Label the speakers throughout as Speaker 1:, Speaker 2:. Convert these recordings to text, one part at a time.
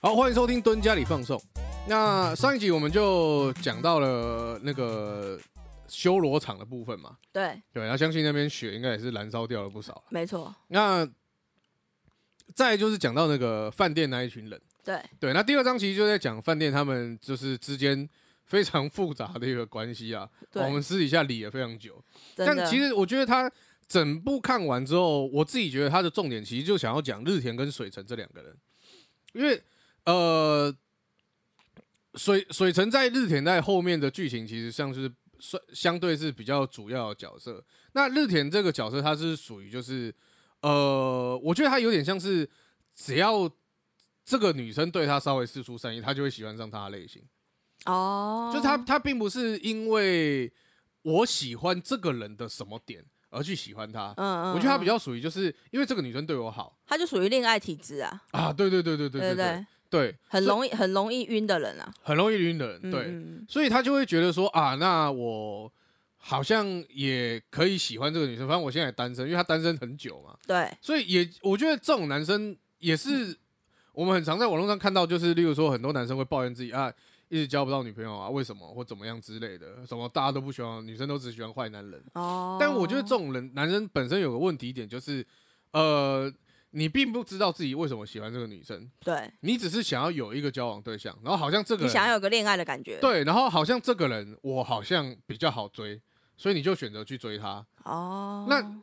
Speaker 1: 好，欢迎收听蹲家里放送。那上一集我们就讲到了那个修罗场的部分嘛，
Speaker 2: 对，
Speaker 1: 对，然后相信那边血应该也是燃烧掉了不少了。
Speaker 2: 没错，
Speaker 1: 那再来就是讲到那个饭店那一群人，
Speaker 2: 对，
Speaker 1: 对，那第二章其实就在讲饭店他们就是之间非常复杂的一个关系啊。
Speaker 2: 对
Speaker 1: 我们私底下理也非常久，
Speaker 2: 真
Speaker 1: 但
Speaker 2: 的
Speaker 1: 其实我觉得他整部看完之后，我自己觉得他的重点其实就想要讲日田跟水城这两个人，因为呃，水水城在日田在后面的剧情其实像是算相对是比较主要的角色。那日田这个角色他是属于就是呃，我觉得他有点像是只要。这个女生对他稍微示出善意，他就会喜欢上他的类型。
Speaker 2: 哦，
Speaker 1: 就他他并不是因为我喜欢这个人的什么点而去喜欢他，
Speaker 2: 嗯，嗯
Speaker 1: 我觉得他比
Speaker 2: 较，
Speaker 1: 较属于就是因为这个女生对我好
Speaker 2: 他就属于恋爱体质啊，
Speaker 1: 啊，对对对对对
Speaker 2: 对
Speaker 1: 对对，对
Speaker 2: 很
Speaker 1: 所以
Speaker 2: 容易很容易晕的人啊，
Speaker 1: 很容易晕的人，
Speaker 2: 嗯
Speaker 1: 对，
Speaker 2: 嗯
Speaker 1: 所以他就会觉得说啊，那我好像也可以喜欢这个女生，反正我现在也单身，因为他单身很久嘛，
Speaker 2: 对，
Speaker 1: 所以也我觉得这种男生也
Speaker 2: 嗯
Speaker 1: 是我们很常在网络上看到，就是例如说很多男生会抱怨自己啊，一直交不到女朋友啊，为什么或怎么样之类的，什么大家都不喜欢，女生都只喜欢坏男人。
Speaker 2: 哦，
Speaker 1: 但我觉得这种人男生本身有个问题点就是，呃，你并不知道自己为什么喜欢这个女生，
Speaker 2: 对
Speaker 1: 你只是想要有一个交往对象，然后好像这个
Speaker 2: 你
Speaker 1: 人
Speaker 2: 想要有个恋爱的感觉，，
Speaker 1: 对，然后好像这个人我好像比较好追，所以你就选择去追他。
Speaker 2: 哦，
Speaker 1: 那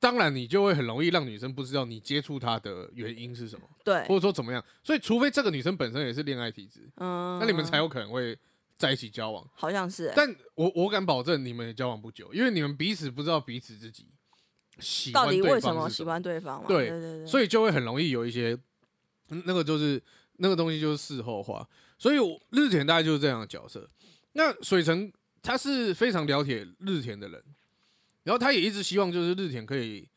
Speaker 1: 当然，你就会很容易让女生不知道你接触她的原因是什么，
Speaker 2: 对
Speaker 1: 或，者说怎么样。所以，除非这个女生本身也是恋爱体质，
Speaker 2: 嗯
Speaker 1: 那你们才有可能会在一起交往。
Speaker 2: 好像是欸，
Speaker 1: 但我我敢保证，你们也交往不久，因为你们彼此不知道彼此自己喜欢
Speaker 2: 到底
Speaker 1: 对
Speaker 2: 为
Speaker 1: 方
Speaker 2: 什么
Speaker 1: 是
Speaker 2: 喜欢对方嘛？
Speaker 1: 对
Speaker 2: 对对对，
Speaker 1: 所以就会很容易有一些嗯那个就是那个东西就是事后话。所以我日田大概就是这样的角色。那水城他是非常了解日田的人，然后他也一直希望就是日田可以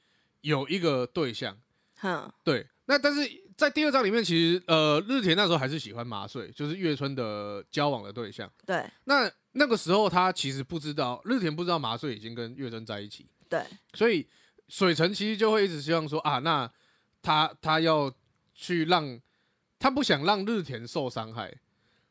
Speaker 1: 有一个对象。
Speaker 2: 哼，
Speaker 1: 对，那但是在第二章里面，其实呃日田那时候还是喜欢麻穗，就是月村的交往的对象。
Speaker 2: 对
Speaker 1: 那那个时候他其实不知道，日田不知道麻穗已经跟月真在一起，
Speaker 2: 对，
Speaker 1: 所以水城其实就会一直希望说啊，那他他要去让他不想让日田受伤害，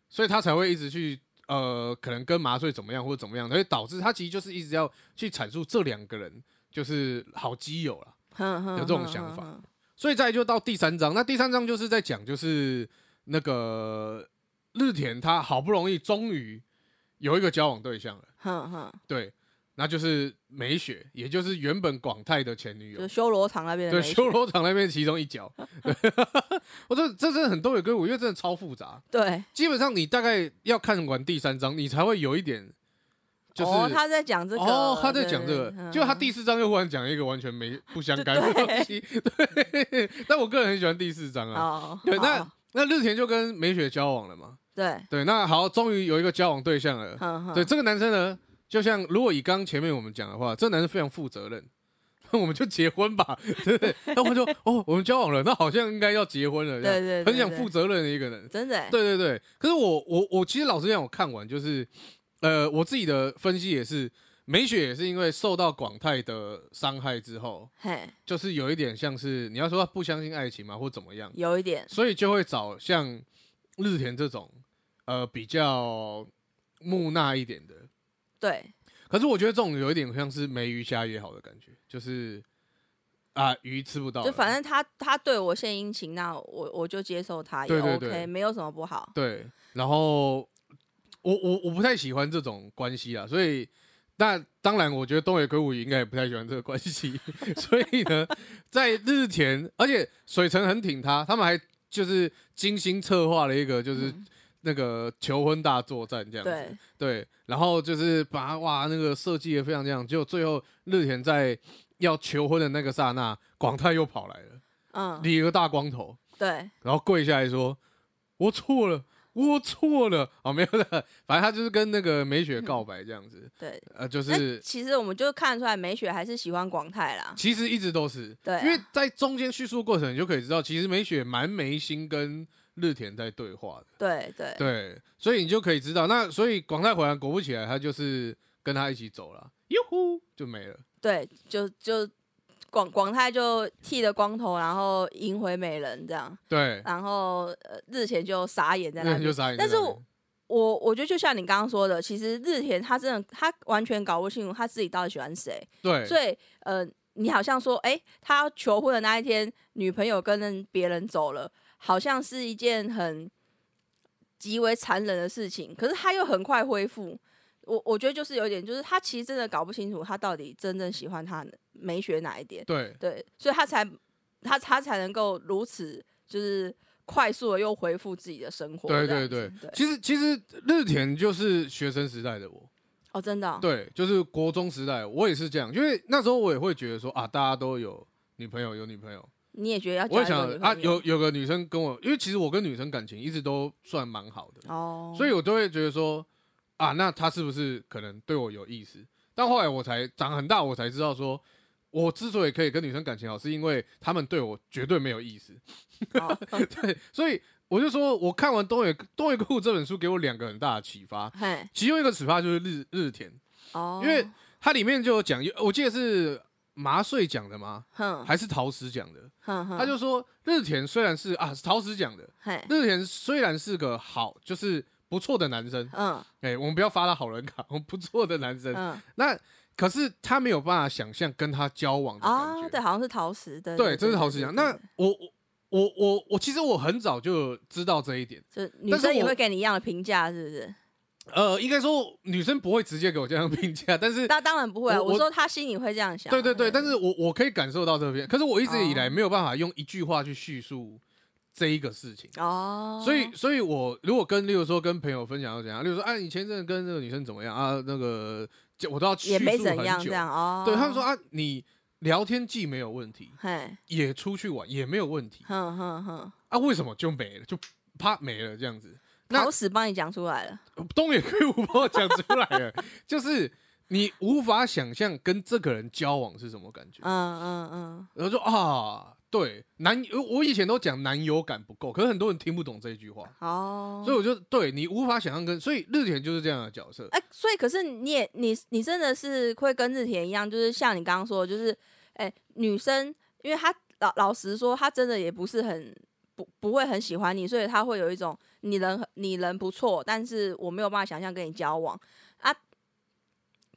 Speaker 1: 所以他才会一直去呃，可能跟麻穗怎么样或者怎么样，所以导致他其实就是一直要去阐述这两个人就是好基友啦。
Speaker 2: 哼哼，
Speaker 1: 有这种
Speaker 2: 哼
Speaker 1: 想法，
Speaker 2: 哼哼
Speaker 1: 所以再来就到第三章，那第三章就是在讲就是那个日田他好不容易终于有一个交往对象了。
Speaker 2: 哼哼，
Speaker 1: 对，那就是美雪，也就是原本广泰的前女
Speaker 2: 就
Speaker 1: 友，
Speaker 2: 修罗场那边
Speaker 1: 对，
Speaker 2: 的美
Speaker 1: 修
Speaker 2: 学，
Speaker 1: 罗场那边其中一角。 我这这真的很多有歌舞，因为真的超复杂。
Speaker 2: 对，
Speaker 1: 基本上你大概要看完第三章，你才会有一点，就是
Speaker 2: 哦，他在讲这个，
Speaker 1: 哦他在
Speaker 2: 对
Speaker 1: 讲这
Speaker 2: 对
Speaker 1: 个，
Speaker 2: 嗯
Speaker 1: 就他第四章又忽然讲一个完全没 不相干的
Speaker 2: 对
Speaker 1: 东西。对，但我个人很喜欢第四章啊。
Speaker 2: 哦，
Speaker 1: 对，
Speaker 2: 好
Speaker 1: 那那日田就跟美雪交往了嘛？
Speaker 2: 对，
Speaker 1: 对，那好，终于有一个交 往对象了。
Speaker 2: 哼哼，
Speaker 1: 对，这个男生呢，就像如果以刚前面我们讲的话，这个男生非常负责任， 我们就结婚吧， 对不对？那我就哦，我们交往了，那好像应该要结婚了，这样
Speaker 2: 对对，
Speaker 1: 很
Speaker 2: 对
Speaker 1: 想
Speaker 2: 对
Speaker 1: 负责任的一个人。
Speaker 2: 真的欸，
Speaker 1: 对对对，可是我我我其实老实讲，我看完就是，呃，我自己的分析也是，美雪也是因为受到广泰的伤害之后，
Speaker 2: 嘿，
Speaker 1: 就是有一点像是你要说他不相信爱情嘛，或怎么样，
Speaker 2: 有一点，
Speaker 1: 所以就会找像日田这种，呃，比较木讷一点的，
Speaker 2: 对，
Speaker 1: 可是我觉得这种有一点像是没鱼虾也好的感觉，就是啊鱼吃不到了，
Speaker 2: 就反正他他对我献殷勤，那我我就接受他也
Speaker 1: 对对
Speaker 2: OK，
Speaker 1: 对
Speaker 2: 没有什么不好。
Speaker 1: 对。然后我我我不太喜欢这种关系啊，所以那当然我觉得东野圭吾应该也不太喜欢这个关系， 所以呢，在日田，而且水城很挺他，他们还就是精心策划了一个就是
Speaker 2: 嗯
Speaker 1: 那个求婚大作战这样子。
Speaker 2: 对，
Speaker 1: 对，然后就是把它哇那个设计的非常这样，结果最后日田在要求婚的那个刹那，广泰又跑来了，
Speaker 2: 嗯，
Speaker 1: 理个大光头，
Speaker 2: 对，
Speaker 1: 然后跪下来说：“我错了，我错了。”哦，没有的，反正他就是跟那个美雪告白这样子，
Speaker 2: 对。
Speaker 1: 呃，就
Speaker 2: 那
Speaker 1: 是
Speaker 2: 其实我们就看得出来，美雪还是喜欢广泰 啦。
Speaker 1: 其实一直都是，
Speaker 2: 对啊
Speaker 1: 因为在中间叙述过程，你就可以知道，其实美雪蛮没心跟日田在对话的，
Speaker 2: 对对
Speaker 1: 对，所以你就可以知道，那所以广泰回来果不其然，他就是跟他一起走了，哟呼就没了。
Speaker 2: 对，就就广广泰就剃了光头，然后赢回美人这样，
Speaker 1: 对，
Speaker 2: 然后呃日前就傻眼在那
Speaker 1: 那
Speaker 2: 边
Speaker 1: 就。傻眼在那边。
Speaker 2: 但是我我我觉得就像你刚刚说的，其实日田他真的他完全搞不清楚他自己到底喜欢谁，
Speaker 1: 对
Speaker 2: 所以呃，你好像说，哎、他求婚的那一天，女朋友跟别人走了，好像是一件很极为残忍的事情，可是他又很快恢复。我我觉得就是有点，就是他其实真的搞不清楚他到底真正喜欢他没学哪一点，
Speaker 1: 对
Speaker 2: 对，所以他才他他才能够如此就是快速的又恢复自己的生活这样
Speaker 1: 对
Speaker 2: 子。
Speaker 1: 对
Speaker 2: 对
Speaker 1: 对，其实其实日田就是学生时代的我，
Speaker 2: 哦，真的、哦，
Speaker 1: 对，就是国中时代，我也是这样，因为那时候我也会觉得说啊，大家都有女朋友，有女朋友，
Speaker 2: 你也觉得要
Speaker 1: 我也
Speaker 2: 交
Speaker 1: 想
Speaker 2: 一个女
Speaker 1: 啊，
Speaker 2: 朋友
Speaker 1: 有有个女生跟我，因为其实我跟女生感情一直都算蛮好的，
Speaker 2: 哦，
Speaker 1: 所以我都会觉得说啊，那她是不是可能对我有意思？但后来我才长很大，我才知道说。我之所以可以跟女生感情好，是因为她们对我绝对没有意思。
Speaker 2: 哦
Speaker 1: 对，所以我就说，我看完东野东野圭吾这本书，给我两个很大的启发。
Speaker 2: 嘿
Speaker 1: 其中一个启发就是日日田，
Speaker 2: 哦，
Speaker 1: 因为它里面就有讲，我记得是麻穗讲的吗？
Speaker 2: 哼
Speaker 1: 还是陶石讲的？
Speaker 2: 哼哼，
Speaker 1: 他就说日田虽然是啊，是陶石讲的，
Speaker 2: 嘿，
Speaker 1: 日田虽然是个好，就是不错的男生，
Speaker 2: 嗯
Speaker 1: 哎、我们不要发他好人卡，我们不错的男生，
Speaker 2: 嗯
Speaker 1: 那可是他没有办法想象跟他交往的感觉，
Speaker 2: 啊，对，好像是陶瓷的，
Speaker 1: 对，这是陶石讲。那我我我我我其实我很早就知道这一点，
Speaker 2: 就女
Speaker 1: 但是
Speaker 2: 生也
Speaker 1: 我
Speaker 2: 会给你一样的评价，是不是？
Speaker 1: 呃，应该说女生不会直接给我这样评价，但是
Speaker 2: 那当然不会啊，
Speaker 1: 我
Speaker 2: 我
Speaker 1: 我
Speaker 2: 说她心里会这样想啊，
Speaker 1: 对对对，但是我我可以感受到这边，可是我一直以来
Speaker 2: 哦
Speaker 1: 没有办法用一句话去叙述这一个事情，
Speaker 2: 哦，
Speaker 1: 所以所以我如果跟例如说跟朋友分享要怎样，例如说啊，你前阵跟那个女生怎么样啊，那个就我都要叙
Speaker 2: 也
Speaker 1: 述很
Speaker 2: 没
Speaker 1: 久
Speaker 2: 怎样这样哦。
Speaker 1: 对他们说，啊，你聊天技没有问题，
Speaker 2: 嘿，
Speaker 1: 也出去玩也没有问 题
Speaker 2: 哼哼哼，
Speaker 1: 啊，为什么就没了，就啪没了这样子？那
Speaker 2: 陶瓷帮你讲出来了，
Speaker 1: 东野圭吾帮我讲出来 了，就是你无法想象跟这个人交往是什么感觉。
Speaker 2: 嗯嗯嗯，
Speaker 1: 然后就啊，对，男，呃我以前都讲男友感不够，可是很多人听不懂这句话，
Speaker 2: 哦，
Speaker 1: 所以我就对你无法想象跟，所以日田就是这样的角色，
Speaker 2: 哎、所以可是你也你你真的是会跟日田一样，就是像你刚刚说的，就是哎、女生，因为她老老实说，她真的也不是很不不会很喜欢你，所以她会有一种你人很你人不错，但是我没有办法想象跟你交往啊。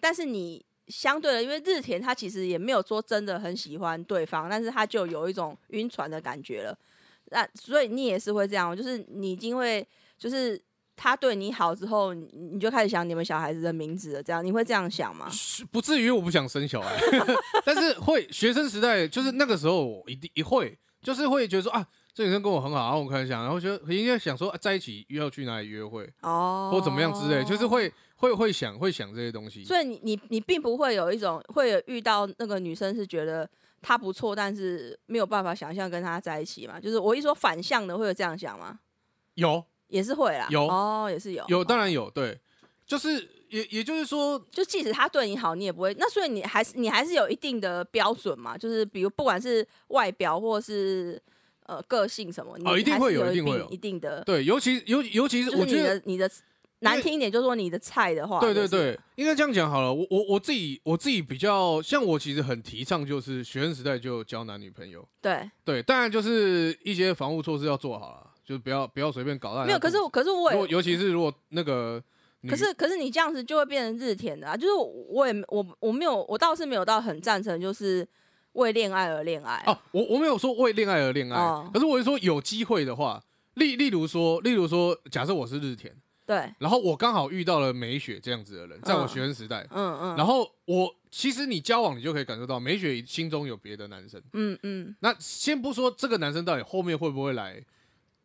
Speaker 2: 但是你相对的，因为日田他其实也没有说真的很喜欢对方，但是他就有一种晕船的感觉了。那所以你也是会这样哦，就是你已经会就是他对你好之后，你你就开始想你们小孩子的名字了，这样你会这样想吗？
Speaker 1: 是不至于我不想生小孩， 但是会学生时代就是那个时候我一定一会，就是会觉得说啊，这女生跟我很好，然后我开始想，然后就应该想说、啊在一起要去哪里约会
Speaker 2: 哦，
Speaker 1: 或怎么样之类，就是。会会会想会想这些东西，
Speaker 2: 所以你你你并不会有一种会有遇到那个女生是觉得她不错，但是没有办法想象跟她在一起嘛？就是我一说反向的，会有这样想吗？
Speaker 1: 有
Speaker 2: 也是会啦，
Speaker 1: 有
Speaker 2: 哦，也是有
Speaker 1: 有当
Speaker 2: 然
Speaker 1: 然有，对，就是也也就是说
Speaker 2: 就即使他对你好，你也不会。那所以你还是你还是有一定的标准嘛？就是比如不管是外表或是呃个性什么，你
Speaker 1: 哦一定
Speaker 2: 还是
Speaker 1: 会有
Speaker 2: 有
Speaker 1: 一定会
Speaker 2: 定
Speaker 1: 有
Speaker 2: 一定的
Speaker 1: 对，尤其尤尤其是
Speaker 2: 就是
Speaker 1: 我
Speaker 2: 你
Speaker 1: 觉得
Speaker 2: 的你的难听一点，就是说你的菜的话，
Speaker 1: 对对
Speaker 2: 就是，
Speaker 1: 对，应该这样讲好了。我我我自己我自己比较像我其实很提倡就是学生时代就交男女朋友，
Speaker 2: 对，
Speaker 1: 对，当然就是一些防护措施要做好了，就不要不要随便搞烂。
Speaker 2: 没有。可是我可是我
Speaker 1: 如果
Speaker 2: 也，
Speaker 1: 尤其是如果那个女
Speaker 2: 可是可是你这样子就会变成日甜的啊。就是我也我我没有，我倒是没有到很赞成，就是为恋爱而恋爱
Speaker 1: 哦，我我没有说为恋爱而恋爱，
Speaker 2: 哦
Speaker 1: 可是我是说有机会的话，例例如说例如说，假设我是日田，
Speaker 2: 对，
Speaker 1: 然后我刚好遇到了美雪这样子的人，在我
Speaker 2: 嗯
Speaker 1: 学生时代，
Speaker 2: 嗯嗯，
Speaker 1: 然后我其实你交往你就可以感受到美雪心中有别的男生。
Speaker 2: 嗯嗯，
Speaker 1: 那先不说这个男生到底后面会不会来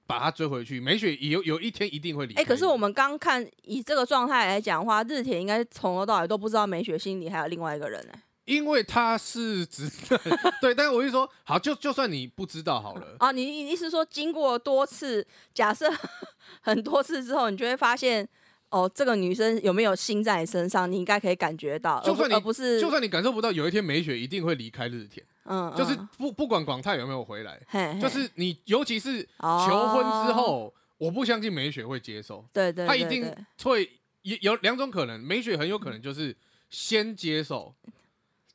Speaker 1: 把他追回去，美雪有有一天一定会离
Speaker 2: 哎、
Speaker 1: 开。
Speaker 2: 可是我们刚看以这个状态来讲的话，日田应该从头到尾都不知道美雪心里还有另外一个人欸呢、
Speaker 1: 因为他是直男， 对，但是我就说，好，就就算你不知道好了，
Speaker 2: 啊，你你意思说经过多次假设 很多次之后，你就会发现哦，这个女生有没有心在你身上，你应该可以感觉到，
Speaker 1: 就算你
Speaker 2: 而不而不是
Speaker 1: 就算你感受不到，有一天美雪一定会离开日田，
Speaker 2: 嗯，
Speaker 1: 就是
Speaker 2: 嗯
Speaker 1: 不不管广泰有没有回来，
Speaker 2: 嘿嘿
Speaker 1: 就是你，尤其是
Speaker 2: 哦
Speaker 1: 求婚之后，我不相信美雪会接受，
Speaker 2: 对对，
Speaker 1: 她
Speaker 2: 对
Speaker 1: 一定
Speaker 2: 对
Speaker 1: 会有有两种可能，美雪很有可能就是先接受，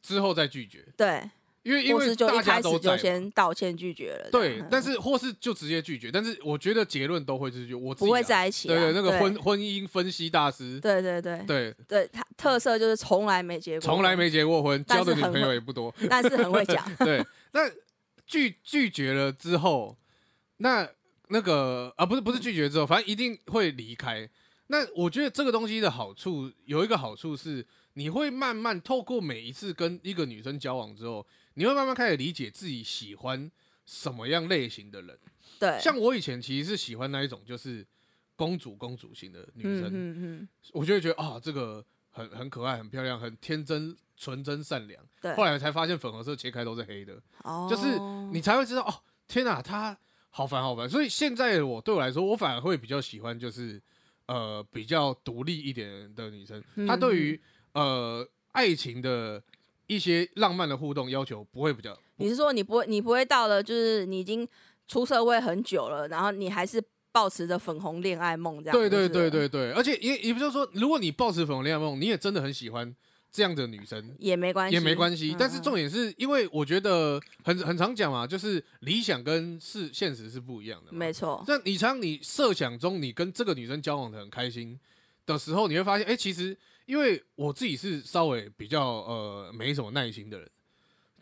Speaker 1: 之后再拒绝。
Speaker 2: 对
Speaker 1: 因为因
Speaker 2: 或
Speaker 1: 为
Speaker 2: 是就
Speaker 1: 大
Speaker 2: 一
Speaker 1: 家
Speaker 2: 开
Speaker 1: 都
Speaker 2: 始
Speaker 1: 在
Speaker 2: 就
Speaker 1: 嘛
Speaker 2: 先道歉拒绝了。这
Speaker 1: 对
Speaker 2: 样，嗯
Speaker 1: 但是或是就直接拒绝，但是我觉得结论都会是拒绝，我自
Speaker 2: 不
Speaker 1: 己
Speaker 2: 会
Speaker 1: 啊
Speaker 2: 在一起啊。
Speaker 1: 对对，那个婚婚姻分析大师，
Speaker 2: 对对对
Speaker 1: 对，
Speaker 2: 对，他特色就是从来没结过，
Speaker 1: 从来，没结过婚，
Speaker 2: 但
Speaker 1: 交的
Speaker 2: 是
Speaker 1: 女
Speaker 2: 很
Speaker 1: 朋友
Speaker 2: 会
Speaker 1: 也不多。
Speaker 2: 但是很会讲。
Speaker 1: 对，那拒拒绝了之后，那那个啊，不是不是拒绝之后，反正一定会离开。那我觉得这个东西的好处有一个好处是，你会慢慢透过每一次跟一个女生交往之后，你会慢慢开始理解自己喜欢什么样类型的人。
Speaker 2: 对，
Speaker 1: 像我以前其实是喜欢那一种就是公主公主型的女
Speaker 2: 嗯
Speaker 1: 生，
Speaker 2: 嗯嗯，
Speaker 1: 我就会觉得啊，这个很很可爱、很漂亮、很天真、纯真、善良。
Speaker 2: 对。
Speaker 1: 后来才发现粉红色切开都是黑的，
Speaker 2: 哦，
Speaker 1: 就是你才会知道哦，天哪、她好烦好烦。所以现在的我对我来说，我反而会比较喜欢就是呃比较独立一点的女生，
Speaker 2: 嗯
Speaker 1: 她对于呃爱情的一些浪漫的互动要求不会比较
Speaker 2: 你是说你不会，你不会到了，就是你已经出社会很久了，然后你还是抱持着粉红恋爱梦这样？
Speaker 1: 对对
Speaker 2: 就是
Speaker 1: 对，对对，而且也也不是说，如果你抱持粉红恋爱梦，你也真的很喜欢这样的女生，
Speaker 2: 也没关系，
Speaker 1: 也没关系。
Speaker 2: 嗯
Speaker 1: 但是
Speaker 2: 嗯
Speaker 1: 重点是因为我觉得很很常讲嘛，就是理想跟是现实是不一样的嘛。
Speaker 2: 没错，
Speaker 1: 那你常你设想中你跟这个女生交往的很开心的时候，你会发现，哎、其实因为我自己是稍微比较呃没什么耐心的人，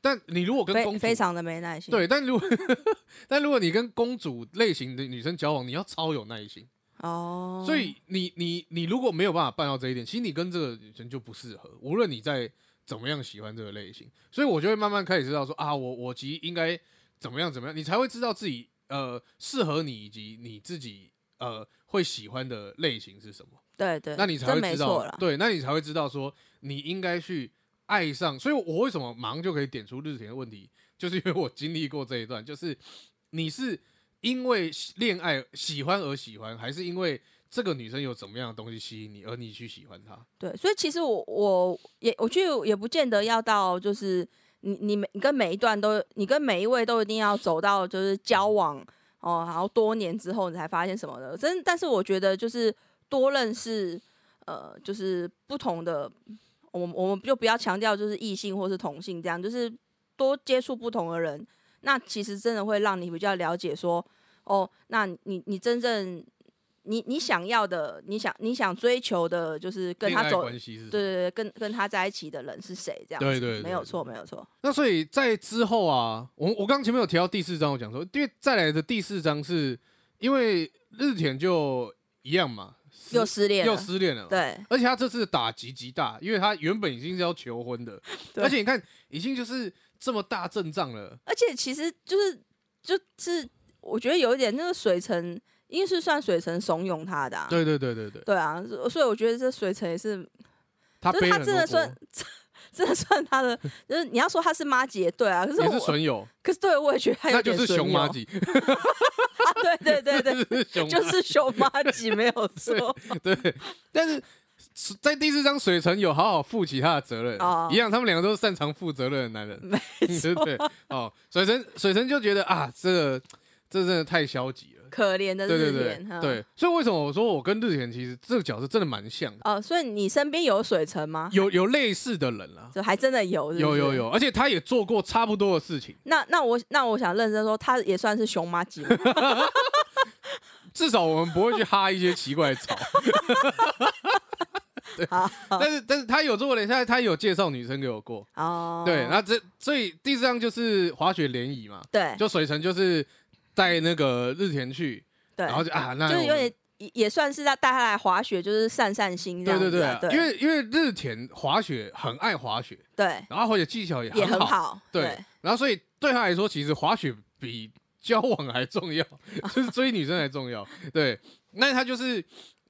Speaker 1: 但你如果跟公
Speaker 2: 非
Speaker 1: 主
Speaker 2: 非常的没耐心。
Speaker 1: 对，但如果 但如果你跟公主类型的女生交往，你要超有耐心。
Speaker 2: 哦，
Speaker 1: 所以你你你如果没有办法办到这一点，其实你跟这个女生就不适合，无论你再怎么样喜欢这个类型，所以我就会慢慢开始知道说啊，我我其实应该怎么样怎么样，你才会知道自己呃适合你以及你自己呃会喜欢的类型是什么，
Speaker 2: 对对，
Speaker 1: 那你才
Speaker 2: 真
Speaker 1: 会
Speaker 2: 没
Speaker 1: 知
Speaker 2: 错
Speaker 1: 道
Speaker 2: 了。
Speaker 1: 对，那你才会知道说你应该去爱上。所以我为什么忙就可以点出日田的问题，就是因为我经历过这一段，就是你是因为恋爱喜欢而喜欢，还是因为这个女生有怎么样的东西吸引你，而你去喜欢她？
Speaker 2: 对，所以其实我我也我觉得也不见得要到就是你你每你跟每一段都你跟每一位都一定要走到就是交
Speaker 1: 嗯
Speaker 2: 往哦，然后多年之后你才发现什么的。真但是我觉得就是多认识呃，就是不同的，我们我们就不要强调就是异性或是同性这样，就是多接触不同的人，那其实真的会让你比较了解说哦，那你你真正。你你想要的，你想你想追求的，就是跟
Speaker 1: 恋
Speaker 2: 他
Speaker 1: 爱
Speaker 2: 走
Speaker 1: 关系是什么
Speaker 2: 对对对，跟跟他在一起的人是谁？这样子
Speaker 1: 对对对
Speaker 2: 没有
Speaker 1: 对
Speaker 2: 错，没有错。
Speaker 1: 那所以在之后啊，我我刚前面有提到第四章，我讲说，因为再来的第四章是因为日田就一样嘛，失
Speaker 2: 又失恋了，
Speaker 1: 又失恋了嘛，
Speaker 2: 对
Speaker 1: 而且他这次的打击极大，因为他原本已经是要求婚的，
Speaker 2: 对
Speaker 1: 而且你看已经就是这么大阵仗了，
Speaker 2: 而且其实就是就是，我觉得有一点那个水城，因为是算水城怂恿他的、啊，
Speaker 1: 对对对对对，
Speaker 2: 对啊，所所以我觉得这水城也是，
Speaker 1: 他
Speaker 2: 就是
Speaker 1: 背
Speaker 2: 他
Speaker 1: 了很
Speaker 2: 真
Speaker 1: 多
Speaker 2: 的算
Speaker 1: 锅，
Speaker 2: 真的算他的，就是你要说他是妈姐对啊，可是
Speaker 1: 也是
Speaker 2: 我
Speaker 1: 损友，
Speaker 2: 可是对我也觉得他
Speaker 1: 那
Speaker 2: 有
Speaker 1: 就
Speaker 2: 点
Speaker 1: 是
Speaker 2: 损
Speaker 1: 熊
Speaker 2: 友
Speaker 1: 麻吉，
Speaker 2: 啊，对对对 对，
Speaker 1: 是熊麻
Speaker 2: 就
Speaker 1: 吉
Speaker 2: 是熊妈吉没有错，
Speaker 1: 对，但是在第四章水城有好好负起他的责任，
Speaker 2: 哦
Speaker 1: 一样，他们两个都是擅长负责任的男人，
Speaker 2: 没
Speaker 1: 对 不对？哦，水城水城就觉得啊，这个这真的太消极了，
Speaker 2: 可怜的
Speaker 1: 对对
Speaker 2: 日
Speaker 1: 对
Speaker 2: 田哈。
Speaker 1: 对，所以为什么我说我跟日田其实这个角色真的蛮像的，
Speaker 2: 哦，所以你身边有水城吗？
Speaker 1: 有有类似的人啊啦、
Speaker 2: 就还真的有，是不
Speaker 1: 有
Speaker 2: 是
Speaker 1: 有。有，而且他也做过差不多的事 情，
Speaker 2: 那那我那我想认真说，他也算是熊妈吉吗，
Speaker 1: 至少我们不会去哈一些奇怪的 草。对，
Speaker 2: 好
Speaker 1: 但是但是他有做过联赛，他有介绍女生给我过，
Speaker 2: 哦，
Speaker 1: 对，那这所以第四章就是滑雪联谊嘛，
Speaker 2: 对
Speaker 1: 就水城就是带那个日田去，
Speaker 2: 对，
Speaker 1: 然后就啊，那
Speaker 2: 就是
Speaker 1: 我
Speaker 2: 有
Speaker 1: 们
Speaker 2: 点也也算是要带他来滑雪，就是散散心
Speaker 1: 对
Speaker 2: 这样
Speaker 1: 对
Speaker 2: 子
Speaker 1: 对
Speaker 2: 啊、
Speaker 1: 啊，因为因为日田滑雪很爱滑雪，
Speaker 2: 对
Speaker 1: 然后滑雪技巧也
Speaker 2: 也
Speaker 1: 很
Speaker 2: 很好，
Speaker 1: 对然后所以对他来说，其实滑雪比交往还重 要，就是追女生还重要。对，那他就是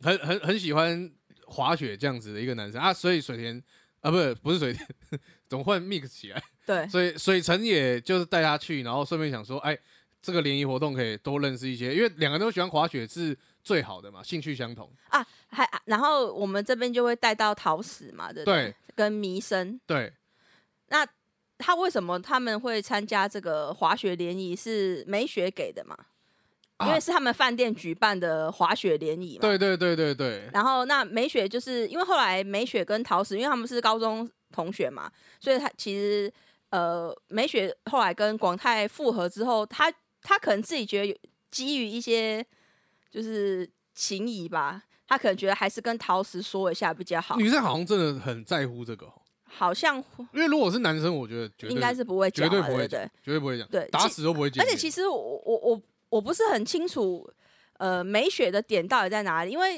Speaker 1: 很很很喜欢滑雪这样子的一个男生啊，所以水田啊，不是不是水田， 怎么换 mix 起 来？
Speaker 2: 对
Speaker 1: 所以水城也就是带他去，然后顺便想说，哎，这个联谊活动可以多认识一些，因为两个人都喜欢滑雪是最好的嘛，兴趣相同。
Speaker 2: 啊，还啊然后我们这边就会带到桃矢嘛，对不
Speaker 1: 对
Speaker 2: 跟弥生，
Speaker 1: 对，
Speaker 2: 那他为什么他们会参加这个滑雪联谊？是美雪给的嘛？
Speaker 1: 啊
Speaker 2: 因为是他们饭店举办的滑雪联谊嘛。
Speaker 1: 对对对对对，
Speaker 2: 然后那美雪就是因为后来美雪跟桃矢，因为他们是高中同学嘛，所以他其实呃，美雪后来跟广泰复合之后，她她可能自己觉得有基于一些就是情谊吧，她可能觉得还是跟陶石说一下比较好，
Speaker 1: 女生好像真的很在乎这个哦，
Speaker 2: 好像
Speaker 1: 因为如果是男生，我觉得绝对
Speaker 2: 应该是不会
Speaker 1: 绝
Speaker 2: 讲
Speaker 1: 对
Speaker 2: 了，
Speaker 1: 不
Speaker 2: 对
Speaker 1: 会
Speaker 2: 不对
Speaker 1: 讲？，绝对不会讲，
Speaker 2: 对
Speaker 1: 打
Speaker 2: 其
Speaker 1: 死都不会见
Speaker 2: 而
Speaker 1: 面。
Speaker 2: 且其实我我我我不是很清楚，呃，美雪的点到底在哪里，因为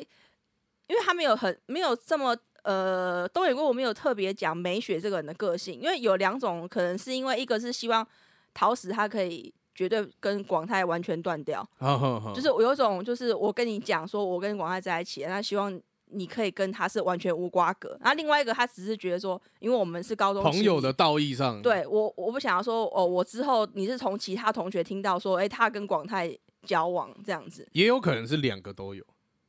Speaker 2: 因为他没有很没有这么呃，东野圭吾没有特别讲美雪这个人的个性，因为有两种可能是因为一个是希望桃矢他可以绝对跟广太完全断掉，
Speaker 1: 好好好
Speaker 2: 就是我有一种就是我跟你讲说我跟广太在一起，那希望。你可以跟他是完全无瓜葛，然后另外一个他只是觉得说，因为我们是高中
Speaker 1: 朋友
Speaker 2: 情
Speaker 1: 的道义上，，
Speaker 2: 对我，我不想要说哦，我之后你是从其他同学听到说，哎、他跟广泰交往这样子，
Speaker 1: 也有可能是两个都有。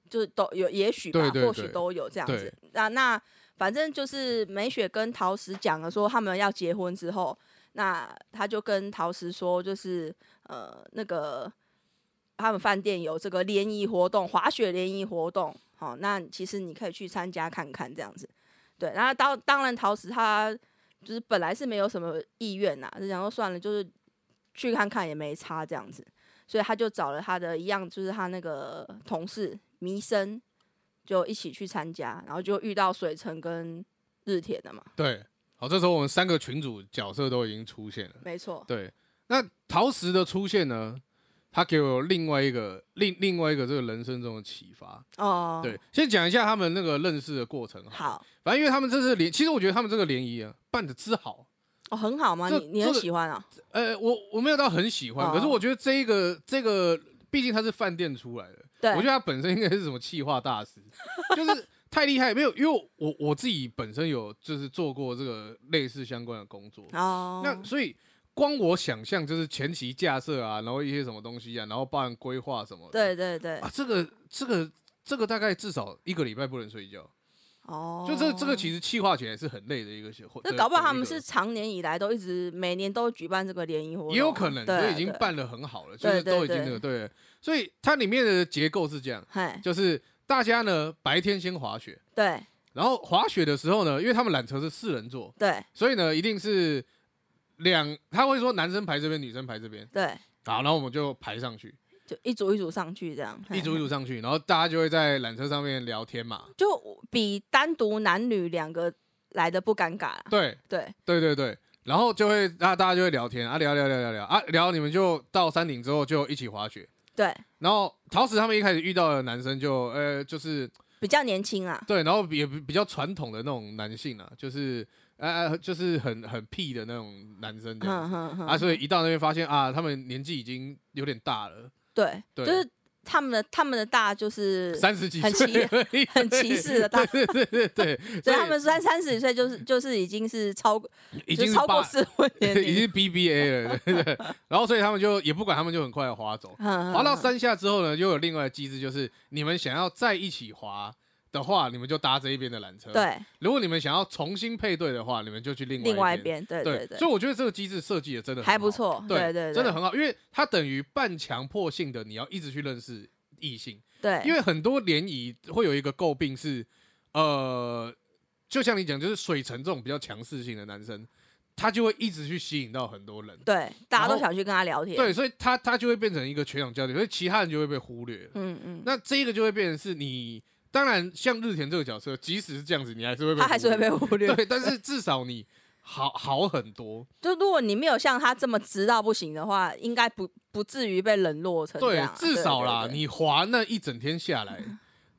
Speaker 2: 就是都有，也许吧，
Speaker 1: 对对
Speaker 2: 或许
Speaker 1: 对
Speaker 2: 都有这样子
Speaker 1: 对。
Speaker 2: 那那反正就是美雪跟陶石讲了说他们要结婚之后，那他就跟陶石说，就是呃那个他们饭店有这个联谊活动，滑雪联谊活动，好、那其实你可以去参加看看这样子。对，然后当当然陶石他就是本来是没有什么意愿呐、就想说算了，就是去看看也没差这样子。所以他就找了他的一样，就是他那个同事弥生，就一起去参加，然后就遇到水城跟日铁的嘛，
Speaker 1: 对，好，这时候我们三个群主角色都已经出现了。
Speaker 2: 没错，
Speaker 1: 对，那陶石的出现呢，他给我另外一个另另外一个这个人生中的启发。
Speaker 2: 哦，
Speaker 1: 对，先讲一下他们那个认识的过程。，啊
Speaker 2: 好，
Speaker 1: 反正因为他们这次联，其实我觉得他们这个联谊啊办的之好。
Speaker 2: 哦，很好吗？
Speaker 1: 这
Speaker 2: 你你很
Speaker 1: 这个
Speaker 2: 喜欢啊？
Speaker 1: 呃，我我没有到很喜欢，
Speaker 2: 哦
Speaker 1: 可是我觉得这一个这个，毕竟他是饭店出来的，
Speaker 2: 对
Speaker 1: 我觉，得他本身应该是什么企划大师， 就是太厉害。没有，因为我我自己本身有就是做过这个类似相关的工作，
Speaker 2: 哦，
Speaker 1: 那所以光我想象就是前期架设啊，然后一些什么东西啊，然后包含规划什么的，
Speaker 2: 对对对
Speaker 1: 啊，，这个这个这个大概至少一个礼拜不能睡觉，
Speaker 2: 哦，
Speaker 1: 就这这个其实企划起来是很累的一个活。
Speaker 2: 那
Speaker 1: 的
Speaker 2: 搞不好
Speaker 1: 的
Speaker 2: 他
Speaker 1: 一
Speaker 2: 们
Speaker 1: 个
Speaker 2: 是常年以来都一直每年都举办这个联谊活动啊，
Speaker 1: 也有可能，
Speaker 2: 对
Speaker 1: 就
Speaker 2: 啊
Speaker 1: 已经，办的很好了，就是
Speaker 2: 对对
Speaker 1: 都已经那个对，所以它里面的结构是这样，
Speaker 2: 对嘿，
Speaker 1: 就是大家呢白天先滑雪，
Speaker 2: 对
Speaker 1: 然后滑雪的时候呢，因为他们缆车是四人座，
Speaker 2: 对
Speaker 1: 所以呢一定是两，他会说男生排这边，女生排这边，
Speaker 2: 对，
Speaker 1: 好，然后我们就排上去，
Speaker 2: 就一组一组上去这样，嘿
Speaker 1: 一组一组上去，然后大家就会在缆车上面聊天嘛，
Speaker 2: 就比单独男女两个来的不尴尬啦，
Speaker 1: 对
Speaker 2: 对。
Speaker 1: 对对对。然后就会，啊，大家就会聊天啊，聊聊聊聊聊啊，聊你们就到山顶之后就一起滑雪。
Speaker 2: 对，
Speaker 1: 然后陶石他们一开始遇到的男生就，呃，就是
Speaker 2: 比较年轻啊。
Speaker 1: 对，然后也比比较传统的那种男性啊，就是呃呃，就是很很屁的那种男生这样
Speaker 2: 哼
Speaker 1: 子、
Speaker 2: 哼哼，
Speaker 1: 啊，所以一到那边发现啊，他们年纪已经有点大了，
Speaker 2: 对，
Speaker 1: 对
Speaker 2: 就是他们的他们的大就是
Speaker 1: 三十几
Speaker 2: 很
Speaker 1: 岁
Speaker 2: 歧
Speaker 1: 而已，
Speaker 2: 很歧视的大，
Speaker 1: 对对对对，
Speaker 2: 所
Speaker 1: 所
Speaker 2: 以他们三三十岁就是就是已经是超过
Speaker 1: 已
Speaker 2: 就
Speaker 1: 经是
Speaker 2: 是超
Speaker 1: 八
Speaker 2: 过适 婚年
Speaker 1: 已
Speaker 2: 龄，
Speaker 1: 经 BBA 了，对对对然后所以他们就也不管，他们就很快的滑走，
Speaker 2: 滑
Speaker 1: 滑到山下之后呢，又有另外的机制，就是你们想要在一起滑的话，你们就搭这一边的缆车，
Speaker 2: 嗯对
Speaker 1: 如果你们想要重新配对的话，你们就去另外
Speaker 2: 另外一
Speaker 1: 一边。
Speaker 2: 边，对对
Speaker 1: 所以我觉得这个机制设计的真的很
Speaker 2: 还不
Speaker 1: 好，
Speaker 2: 错，
Speaker 1: 对
Speaker 2: 对对，
Speaker 1: 真的很好，因为它等于半强迫性的，你要一直去认识异性，
Speaker 2: 对，
Speaker 1: 因
Speaker 2: 为
Speaker 1: 为很多联谊会有一个诟病是，呃，就像你讲，就是水城这种比较强势性的男生，他就会一直去吸引到很多人，
Speaker 2: 对大家
Speaker 1: 然后
Speaker 2: 都想去跟他聊天，
Speaker 1: 对，，所以他他就会变成一个全场焦点，所以其他人就会被忽略了。
Speaker 2: 嗯嗯，
Speaker 1: 那这个就会变成是你，当然像日田这个角色，即使是这样子，你还是会被
Speaker 2: 他还是
Speaker 1: 忽
Speaker 2: 会
Speaker 1: 略
Speaker 2: 被忽略。
Speaker 1: 对，但是至少你好好很多。
Speaker 2: 就如果你没有像他这么直到不行的话，应该不不至于被冷落成这
Speaker 1: 对
Speaker 2: 样啊，，
Speaker 1: 至少啦，
Speaker 2: 对对
Speaker 1: 你滑那一整天下来，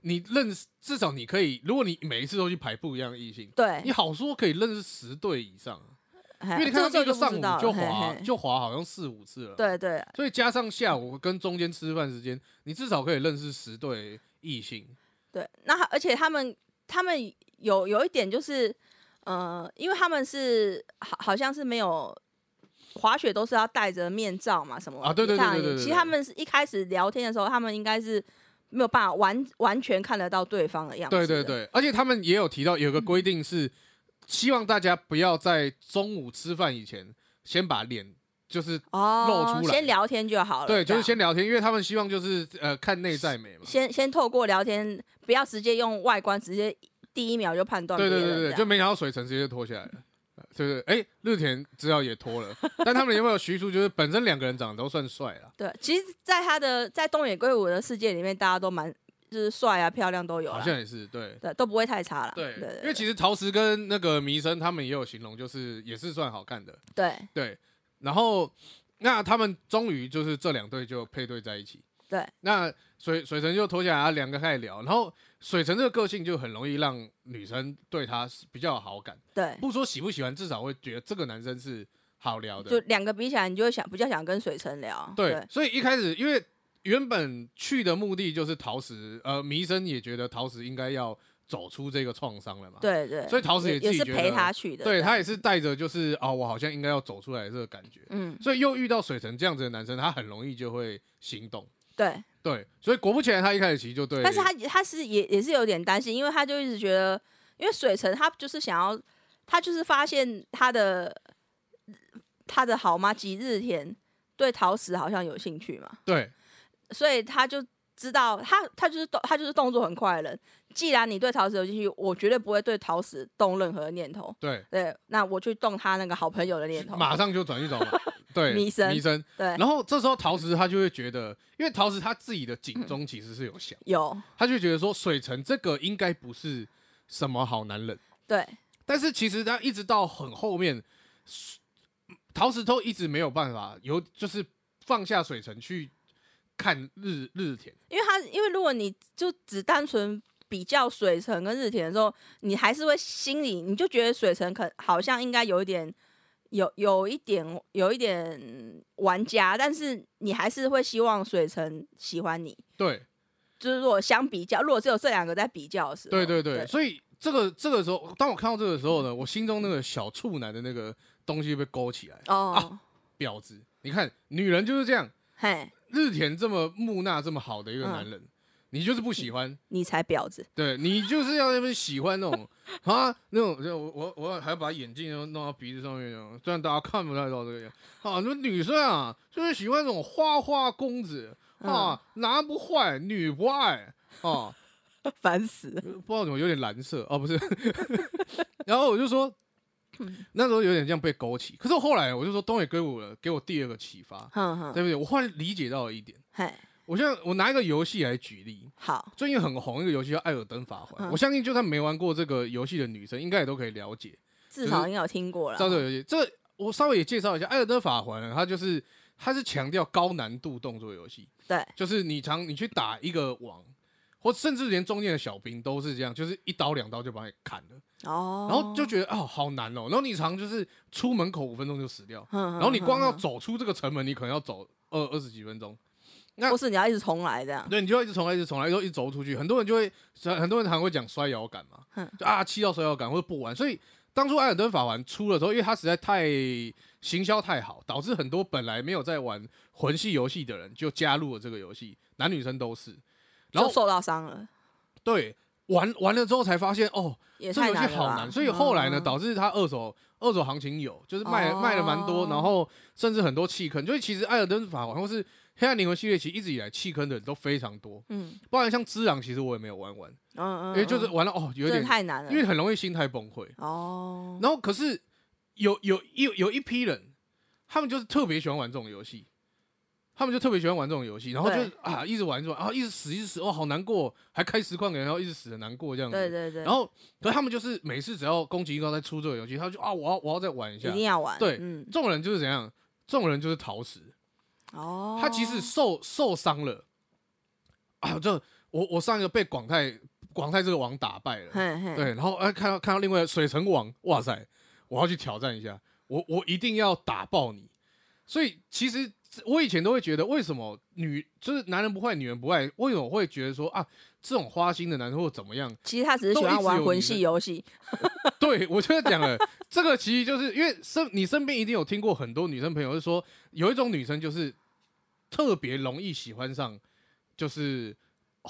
Speaker 1: 你认识至少你可以，如果你每一次都去排不一样的异性，
Speaker 2: 对，
Speaker 1: 你好说可以认识十对以 上，因
Speaker 2: 因
Speaker 1: 为你看到
Speaker 2: 哎这
Speaker 1: 这个
Speaker 2: 个就不
Speaker 1: 上
Speaker 2: 知
Speaker 1: 午
Speaker 2: 道
Speaker 1: 就
Speaker 2: 了嘿
Speaker 1: 滑
Speaker 2: 嘿
Speaker 1: 就滑好像四五次了，，
Speaker 2: 对对，
Speaker 1: 所以加上下午跟中间吃饭时间，你至少可以认识十对异性。
Speaker 2: 对，那而且他们他们有有一点就是，呃，因为他们是好好像是没有滑雪都是要戴着面罩嘛，什么
Speaker 1: 啊对对
Speaker 2: 一趟
Speaker 1: 对对
Speaker 2: 也
Speaker 1: 对
Speaker 2: 其
Speaker 1: 对
Speaker 2: 实他们是一开始聊天的时候，他们应该是没有办法完完全看得到对方的样子。
Speaker 1: 对对，对，而且他们也有提到有个规定是，希望大家不要在中午吃饭以前先把脸就是
Speaker 2: 哦，
Speaker 1: 露出来
Speaker 2: 先聊天就好了。
Speaker 1: 对，就
Speaker 2: 这
Speaker 1: 是
Speaker 2: 样
Speaker 1: 先聊天，因为他们希望就是呃看内在美嘛。
Speaker 2: 先先透过聊天，不要直接用外观直接第一秒就判断
Speaker 1: 对
Speaker 2: 别
Speaker 1: 对
Speaker 2: 人这
Speaker 1: 对
Speaker 2: 样。
Speaker 1: 对，就没想到水城直接就脱下来了。 对对，哎，日田知道也脱了，但他们有没有徐庶？就是本身两个人长得都算帅啊啦，
Speaker 2: 对，其实，在他的在东野圭吾的世界里面，大家都蛮就是帅啊、漂亮都有
Speaker 1: 好
Speaker 2: 啦，
Speaker 1: 像也是对。
Speaker 2: 对，都不会太差了。
Speaker 1: 对
Speaker 2: 对，对
Speaker 1: 因为其实陶石跟那个弥生他们也有形容，就是也是算好看的，
Speaker 2: 对
Speaker 1: 对。然后那他们终于就是这两队就配对在一起，
Speaker 2: 对。
Speaker 1: 那水水城就脱下来，啊两个开始聊，然后水城这个个性就很容易让女生对他是比较有好感，
Speaker 2: 对，
Speaker 1: 不说喜不喜欢，至少会觉得这个男生是好聊的，
Speaker 2: 就两个比起来，你就会想比较想跟水城聊。
Speaker 1: 对，
Speaker 2: 对
Speaker 1: 所以一开始因为原本去的目的就是陶石，呃，弥生也觉得陶石应该要走出这个创伤了嘛，，
Speaker 2: 对对，
Speaker 1: 所以陶瓷
Speaker 2: 也
Speaker 1: 也自己
Speaker 2: 是
Speaker 1: 觉
Speaker 2: 陪
Speaker 1: 得
Speaker 2: 他去的。
Speaker 1: 对他也是带着就是啊、我好像应该要走出来的这个感觉，
Speaker 2: 嗯，
Speaker 1: 所以又遇到水城这样子的男生，他很容易就会心动，
Speaker 2: 对，
Speaker 1: 对，所以果不其然，他一开始其实就对，
Speaker 2: 但是他他是也也是有点担心，因为他就一直觉得，因为水城他就是想要，他就是发现他的他的好妈吉日田对陶瓷好像有兴趣嘛，
Speaker 1: 对
Speaker 2: 所以他就知道他他就是动他就是动作很快的人。既然你对陶瓷有兴趣，我绝对不会对陶瓷动任何念头。
Speaker 1: 对，
Speaker 2: 对，那我去动他那个好朋友的念头。
Speaker 1: 马上就转去找 马对
Speaker 2: 弥生
Speaker 1: 弥生，
Speaker 2: 对，
Speaker 1: 然后这时候陶石他就会觉得，因为陶石他自己的警钟其实是有响，
Speaker 2: 有
Speaker 1: 他就觉得说水城这个应该不是什么好男人。
Speaker 2: 对
Speaker 1: 但是其实他一直到很后面，陶石头一直没有办法有就是放下水城去看日日田，
Speaker 2: 因为他因为如果你就只单纯比较水城跟日田的时候，你还是会心里你就觉得水城可好像应该有一点有有一点有一点玩家，但是你还是会希望水城喜欢你。
Speaker 1: 对
Speaker 2: 就是如果相比较，如果只有这两个在比较的时候，
Speaker 1: 对对对，
Speaker 2: 对
Speaker 1: 所以这个这个时候，当我看到这个时候呢，我心中那个小处男的那个东西被勾起来，
Speaker 2: 哦，
Speaker 1: 婊子，你看女人就是这样，
Speaker 2: 嘿，
Speaker 1: 日田这么木讷这么好的一个男人，你就是不喜欢，
Speaker 2: 你才婊子，
Speaker 1: 对你就是要那边喜欢那种啊，那种就我我我还要把眼镜弄到鼻子上面，这样虽然大家看不太到这个样啊。你们女生啊，就是喜欢那种花花公子啊，男不坏，女不爱啊，
Speaker 2: 烦死了。
Speaker 1: 不知道怎么有点蓝色哦，不是。 然后我就说，那时候有点这样被勾起，可是后来我就说东野圭吾了，给我第二个启发，
Speaker 2: 哼哼，
Speaker 1: 对不对？我忽然理解到了一点。
Speaker 2: 嘿，
Speaker 1: 我现在我拿一个游戏来举例，
Speaker 2: 好，
Speaker 1: 最近很红一个游戏叫《艾尔登法环》，
Speaker 2: 嗯
Speaker 1: 我相信就算没玩过这个游戏的女生，应该也都可以了解。
Speaker 2: 至少应该有听过了。
Speaker 1: 照这个游戏，这我稍微也介绍一下，《艾尔登法环》呢，它就是它是强调高难度动作游戏，
Speaker 2: 对，
Speaker 1: 就是你常你去打一个王，或甚至连中间的小兵都是这样，就是一刀两刀就把你砍了，
Speaker 2: 哦，
Speaker 1: 然后就觉得哦好难哦，然后你常就是出门口五分钟就死掉，
Speaker 2: 哼，哼
Speaker 1: 然后你光要，
Speaker 2: 哼
Speaker 1: 走出这个城门，你可能要走二二十几分钟。
Speaker 2: 哼或是你要一直重来这样，
Speaker 1: 对，你就一直重来，一直重来，然后一直走出去。很多人就会，很多人常会讲摔摇感嘛，
Speaker 2: 嗯
Speaker 1: 就啊气到摔摇感或者不玩。所以当初《艾尔登法环》出的时候，因为它实在太行销太好，导致很多本来没有在玩魂系游戏的人就加入了这个游戏，男女生都是。然
Speaker 2: 就
Speaker 1: 后
Speaker 2: 受到伤了，
Speaker 1: 对玩完了之后才发现，哦，
Speaker 2: 也
Speaker 1: 这
Speaker 2: 太
Speaker 1: 游戏
Speaker 2: 难了
Speaker 1: 好
Speaker 2: 吧
Speaker 1: 难。所以后来呢，
Speaker 2: 嗯
Speaker 1: 导致它二手二手行情有，就是卖了卖了蛮多，
Speaker 2: 哦
Speaker 1: 然后甚至很多弃坑。就是其实《艾尔登法环》或是《黑暗灵魂》系列，其实一直以来弃坑的人都非常多。
Speaker 2: 嗯
Speaker 1: 不然像《之狼》，其实我也没有玩完，
Speaker 2: 嗯嗯，
Speaker 1: 因为就是
Speaker 2: 嗯
Speaker 1: 玩了哦，有
Speaker 2: 真
Speaker 1: 点
Speaker 2: 的，太难了，
Speaker 1: 因为很容易心态崩溃。
Speaker 2: 哦，
Speaker 1: 然后可是有有有有一批人，他们就是特别喜欢玩这种游戏，他们就特别喜欢玩这种游戏，然后就
Speaker 2: 对
Speaker 1: 啊一直玩一直玩，啊一直死一直死，哦好难过，还开实况给人，然后一直死的难过这样子。
Speaker 2: 对对对，
Speaker 1: 然后可是他们就是每次只要宫崎英高在出这个游戏，他就啊我要我要再玩一
Speaker 2: 一
Speaker 1: 下
Speaker 2: 定。要玩，
Speaker 1: 对
Speaker 2: 嗯，
Speaker 1: 这种人就是怎样？这种人就是逃死。
Speaker 2: 哦，
Speaker 1: 他即使受受伤了， 啊，这我我上一个被广泰广泰这个王打败了，
Speaker 2: 嘿嘿，
Speaker 1: 对，然后哎、看到看到另外一个水城王，哇塞，我要去挑战一下，我我一定要打爆你。所以其实我以前都会觉得，为什么女就是男人不坏，女人不爱，为什么会觉得说啊，这种花心的男生或怎么样？
Speaker 2: 其实他只是
Speaker 1: 都
Speaker 2: 喜
Speaker 1: 一
Speaker 2: 欢
Speaker 1: 直
Speaker 2: 玩
Speaker 1: 有
Speaker 2: 魂
Speaker 1: 你
Speaker 2: 系
Speaker 1: 们
Speaker 2: 游戏，
Speaker 1: 对，我就要讲了，这个其实就是因为身你身边一定有听过很多女生朋友是说，有一种女生就是特别容易喜欢上就是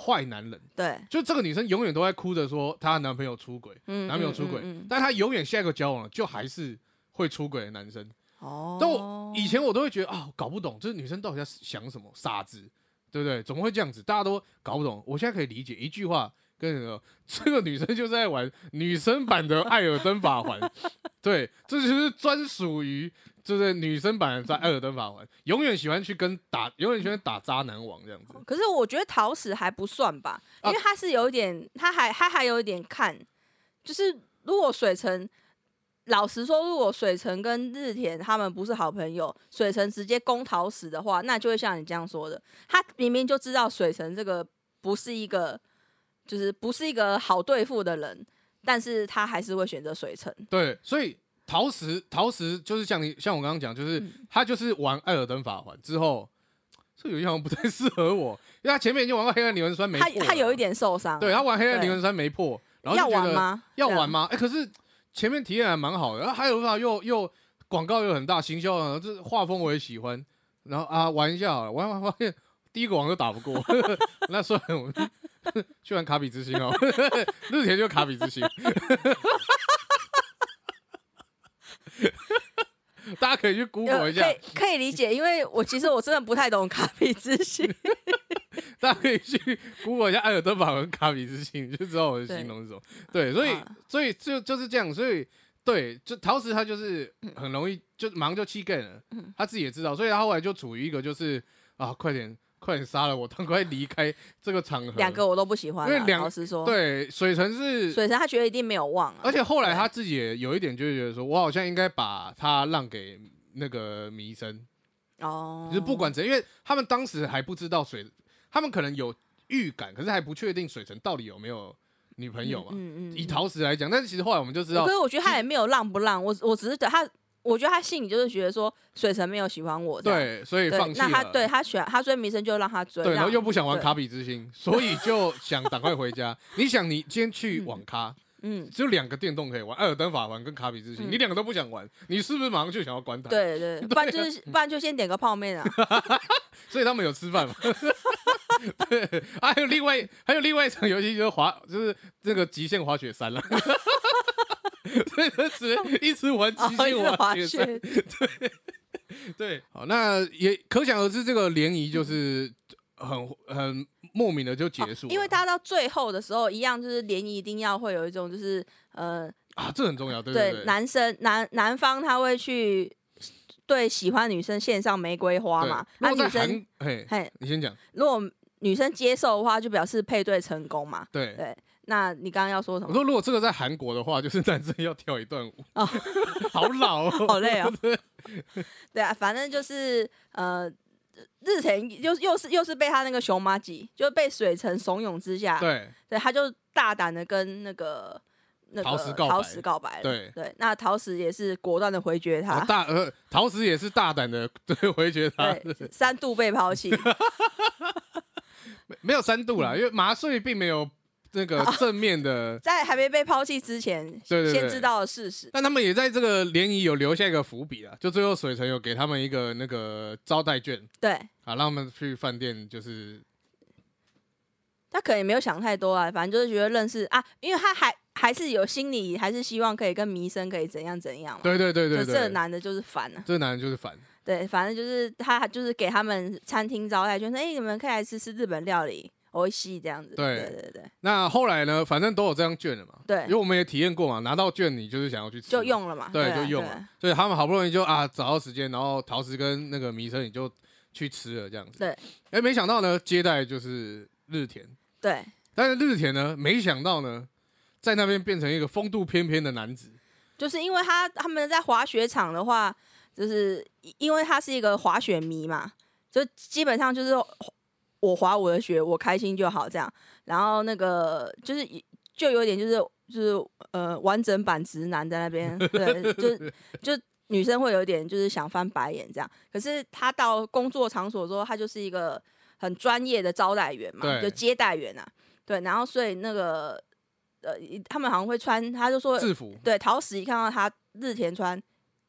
Speaker 1: 坏男人，
Speaker 2: 对，
Speaker 1: 就这个女生永远都在哭着说她男朋友出轨，
Speaker 2: 嗯，
Speaker 1: 男朋友
Speaker 2: 嗯
Speaker 1: 出轨，
Speaker 2: 嗯嗯
Speaker 1: 但她永远下一个交往了就还是会出轨的男生。
Speaker 2: 哦，
Speaker 1: 但我以前我都会觉得啊、搞不懂，这女生到底在想什么，傻子，对不对？怎么会这样子？大家都搞不懂。我现在可以理解一句话，跟你说，这个女生就是在玩女生版的《艾尔登法环》， 对，这就是专属于就是女生版的在艾尔登法环，永远喜欢去跟打，永远喜欢打渣男王这样子。
Speaker 2: 可是我觉得桃矢还不算吧，
Speaker 1: 哦
Speaker 2: 因为他是有一点，他还他还有一点看，就是如果水城，老实说，如果水城跟日田他们不是好朋友，水城直接攻桃矢的话，那就会像你这样说的，他明明就知道水城这个不是一个，就是不是一个好对付的人，但是他还是会选择水城。
Speaker 1: 对，所以陶石陶石就是像你像我刚刚讲，就是、
Speaker 2: 嗯
Speaker 1: 他就是玩艾尔登法环之后，这游戏好像不太适合我，因为他前面已经玩过黑暗灵魂三没
Speaker 2: 他
Speaker 1: 破了，啊
Speaker 2: 他有一点受伤，
Speaker 1: 对他玩黑暗
Speaker 2: 对
Speaker 1: 灵魂三没破，然后
Speaker 2: 要
Speaker 1: 就觉
Speaker 2: 玩
Speaker 1: 得
Speaker 2: 吗？
Speaker 1: 要
Speaker 2: 对啊
Speaker 1: 玩？吗？哎、可是前面体验还蛮好的，然后还有法又又广告又很大，行销啊，这画风我也喜欢，然后啊玩一下好了，玩玩 发现第一个王都打不过， 那算了，我们去玩卡比之心哦， 日田就卡比之心。 大家可以去 Google
Speaker 2: 呃
Speaker 1: 一下
Speaker 2: 可，以可以理解，因为我其实我真的不太懂卡比之心。
Speaker 1: 大家可以去 Google 一下艾尔登法和卡比之心，你就知道我的形容是什么。对，所以、
Speaker 2: 啊
Speaker 1: 所以就就是这样，所以对，就陶瓷他就是很容易就忙就气 g 了，
Speaker 2: 嗯
Speaker 1: 他自己也知道，所以他后来就处于一个就是啊，快点快点杀了我，赶快离开这个场合。
Speaker 2: 两个我都不喜欢
Speaker 1: 嗯
Speaker 2: 啊，
Speaker 1: 因为两
Speaker 2: 老实说，，
Speaker 1: 对水城是，
Speaker 2: 水神他觉得一定没有忘啊，
Speaker 1: 而且后来他自己也有一点就是觉得说，我好像应该把他让给那个弥生，
Speaker 2: 哦，
Speaker 1: 就是不管怎样，因为他们当时还不知道水，他们可能有预感，可是还不确定水城到底有没有女朋友嘛。
Speaker 2: 嗯
Speaker 1: 以陶石来讲，但是其实后来我们就知道
Speaker 2: 可，是我觉得他也没有让不让，我我只是觉得他，我觉得他心里就是觉得说水神没有喜欢我，这样
Speaker 1: 对，所以
Speaker 2: 对
Speaker 1: 放，弃
Speaker 2: 那他
Speaker 1: 了。
Speaker 2: 对他选他追迷生就让他追，
Speaker 1: 对，然后
Speaker 2: 让
Speaker 1: 又不想玩
Speaker 2: 对
Speaker 1: 卡比之心，所以就想赶快回家。你想，你今天去网咖，
Speaker 2: 嗯，
Speaker 1: 只有两个电动可以玩，艾尔登法环跟卡比之心，
Speaker 2: 嗯
Speaker 1: 你两个都不想玩，你是不是马上就想要关台？，
Speaker 2: 对对，不 然就是不然就先点个泡面啊，
Speaker 1: 所以他们有吃饭嘛？ 对，还有另外还有另外一场游戏就是滑，就是这个极限滑雪山 了。所以他只能一直玩极
Speaker 2: 哦一
Speaker 1: 限
Speaker 2: 直滑
Speaker 1: 雪山。
Speaker 2: 雪，
Speaker 1: 对，好，那也可想而知，这个联谊就是很很莫名的就结束了、
Speaker 2: 哦因为大家到最后的时候一样，就是联谊一定要会有一种就是呃
Speaker 1: 啊，这很重要，对
Speaker 2: 对
Speaker 1: 对，
Speaker 2: 男生男男方他会去对喜欢女生献上玫瑰花
Speaker 1: 对
Speaker 2: 嘛，
Speaker 1: 如
Speaker 2: 那、
Speaker 1: 果在
Speaker 2: 女生
Speaker 1: 韩，嘿，
Speaker 2: 嘿，
Speaker 1: 你先讲，
Speaker 2: 如果女生接受的话，就表示配对成功嘛。
Speaker 1: 对。
Speaker 2: 对，那你刚刚要说什
Speaker 1: 我
Speaker 2: 么？
Speaker 1: 说，如果这个在韩国的话，就是男生要跳一段舞，
Speaker 2: 哦
Speaker 1: 好老哦，
Speaker 2: 好累哦。对啊，反正就是呃，日田又又是又是被他那个熊妈吉，就被水城怂恿之 下，
Speaker 1: 对
Speaker 2: 对，他就大胆的跟那个那
Speaker 1: 陶石
Speaker 2: 个
Speaker 1: 告白
Speaker 2: 陶石告白了。
Speaker 1: 对，
Speaker 2: 那陶石也是果断的回绝他。
Speaker 1: 我大呃，陶石也是大胆的 对回绝他，
Speaker 2: 对，三度被抛弃，
Speaker 1: 没没有三度
Speaker 2: 嗯
Speaker 1: 啦，因为麻醉并没有那个
Speaker 2: 哦
Speaker 1: 正面 的，
Speaker 2: 在还没被抛弃之前，
Speaker 1: 对对对
Speaker 2: 先知道了事实。
Speaker 1: 但他们也在这个联谊有留下一个伏笔啊，就最后水城有给他们一个那个招待券
Speaker 2: 对
Speaker 1: 啊，让他们去饭店就是
Speaker 2: 他可能也没有想太多啊，反正就是觉得认识啊，因为他还还是有心理，还是希望可以跟迷生可以怎样怎样嘛。
Speaker 1: 对对对对
Speaker 2: 可是这个
Speaker 1: 对，
Speaker 2: 男的就是烦啊，
Speaker 1: 这个男人就是烦，
Speaker 2: 对，反正就是他就是给他们餐厅招待，就说哎、你们可以来吃吃日本料理，我西这样子。
Speaker 1: 对
Speaker 2: 对对对，
Speaker 1: 那后来呢，反正都有这张券了嘛，
Speaker 2: 对
Speaker 1: 因为我们也体验过嘛，拿到券你就是想要去吃，
Speaker 2: 就，用了嘛。
Speaker 1: 对，
Speaker 2: 啊
Speaker 1: 就用
Speaker 2: 对
Speaker 1: 了
Speaker 2: 啊，
Speaker 1: 所以他们好不容易就啊找到时间，然后陶瓷跟那个迷生也就去吃了这样子，
Speaker 2: 对，
Speaker 1: 哎，没想到呢，接待就是日田，
Speaker 2: 对，
Speaker 1: 但是日田呢，没想到呢，在那边变成一个风度翩翩的男子，
Speaker 2: 就是因为他他们在滑雪场的话，就是因为他是一个滑雪迷嘛，就基本上就是我滑我的雪，我开心就好这样。然后那个就是就有点就是就是呃完整版直男在那边，对，就是就女生会有点就是想翻白眼这样。可是他到工作场所之后，他就是一个很专业的招待员嘛，
Speaker 1: 对
Speaker 2: 就接待员啊，对。然后所以那个呃他们好像会穿，他就说
Speaker 1: 制服，
Speaker 2: 对，陶石一看到他日田穿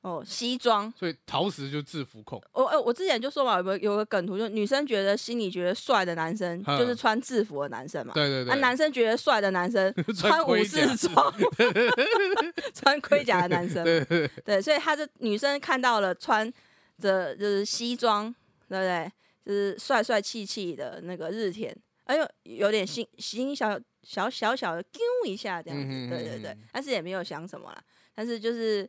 Speaker 2: 哦西装，
Speaker 1: 所以陶瓷就制服控，
Speaker 2: 我、呃我之前就说嘛，有个有个梗图，就女生觉得心里觉得帅的男生
Speaker 1: 嗯
Speaker 2: 就是穿制服的男生嘛，
Speaker 1: 对对对，
Speaker 2: 啊 男生觉得帅的男生穿武
Speaker 1: 盔甲
Speaker 2: 士装， 穿盔甲的男生，
Speaker 1: 对对
Speaker 2: 对，所以他这女生看到了穿着就是西装，对不对？就是帅帅气气的那个日田，哎呦，有点心心小小小小的丢一下这样子，
Speaker 1: 嗯哼
Speaker 2: 对对
Speaker 1: 嗯
Speaker 2: 对
Speaker 1: 哼，
Speaker 2: 但是也没有想什么啦。但是就是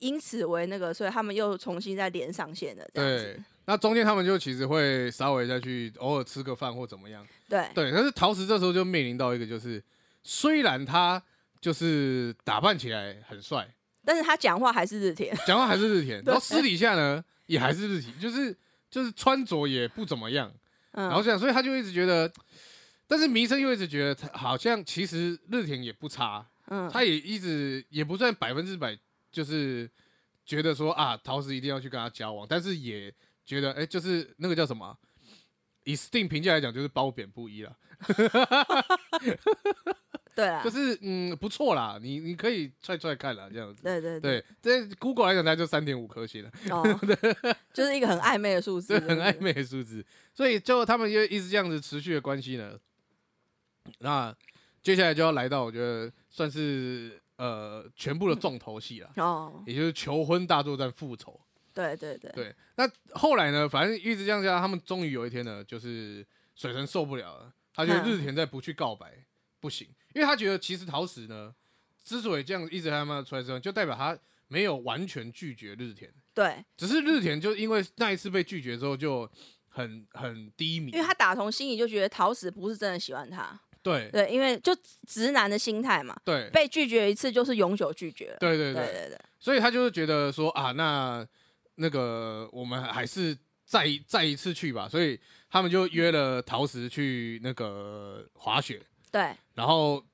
Speaker 2: 因此为那个，所以他们又重新再连上线了，这
Speaker 1: 对
Speaker 2: 样子。，
Speaker 1: 那中间他们就其实会稍微再去偶尔吃个饭或怎么样。
Speaker 2: 对
Speaker 1: 对，但是陶瓷这时候就面临到一个，就是虽然他就是打扮起来很帅，
Speaker 2: 但是他讲话还是日田，
Speaker 1: 讲话还是日田，
Speaker 2: 对
Speaker 1: 然后私底下呢也还是日田，就是就是穿着也不怎么样，
Speaker 2: 嗯，
Speaker 1: 然后这样，所以他就一直觉得，但是弥生又一直觉得他好像其实日田也不差，
Speaker 2: 嗯，
Speaker 1: 他也一直也不算百分之百就是觉得说啊陶瓷一定要去跟他交往，但是也觉得哎、就是那个叫什么啊。以 Steam 评价来讲，就是褒贬不一啦。
Speaker 2: 对啊啦
Speaker 1: 就，是嗯不错啦，你你可以踹踹看啦，这样子。
Speaker 2: 对对
Speaker 1: 对，这 Google 来讲，它就三点五颗星了，
Speaker 2: 哦， 就是一个很暧昧的数字
Speaker 1: 这，很
Speaker 2: 对
Speaker 1: 暧昧的数字。所以就他们就一直这样子持续的关系呢，那接下来就要来到我觉得算是呃全部的重头 戏了，
Speaker 2: 哦，
Speaker 1: 也就是求婚大作战复仇。
Speaker 2: 对对对，
Speaker 1: 对，那后来呢，反正一直这样下，他们终于有一天呢，就是水神受不了了，他觉得
Speaker 2: 嗯
Speaker 1: 日田再不去告白不行，因为他觉得其实桃矢呢，之所以这样一直他妈出来之后，就代表他没有完全拒绝日田，
Speaker 2: 对，
Speaker 1: 只是日田就因为那一次被拒绝之后就很很低迷，
Speaker 2: 因为他打从心里就觉得陶石不是真的喜欢他，
Speaker 1: 对
Speaker 2: 对，因为就直男的心态嘛，
Speaker 1: 对
Speaker 2: 被拒绝一次就是永久拒绝了，
Speaker 1: 对对
Speaker 2: 对
Speaker 1: 对，
Speaker 2: 对对，
Speaker 1: 所以他就是觉得说啊，那那个我们还是再一再一次去吧，所以他们就约了陶石去那个滑雪。
Speaker 2: 对
Speaker 1: 然后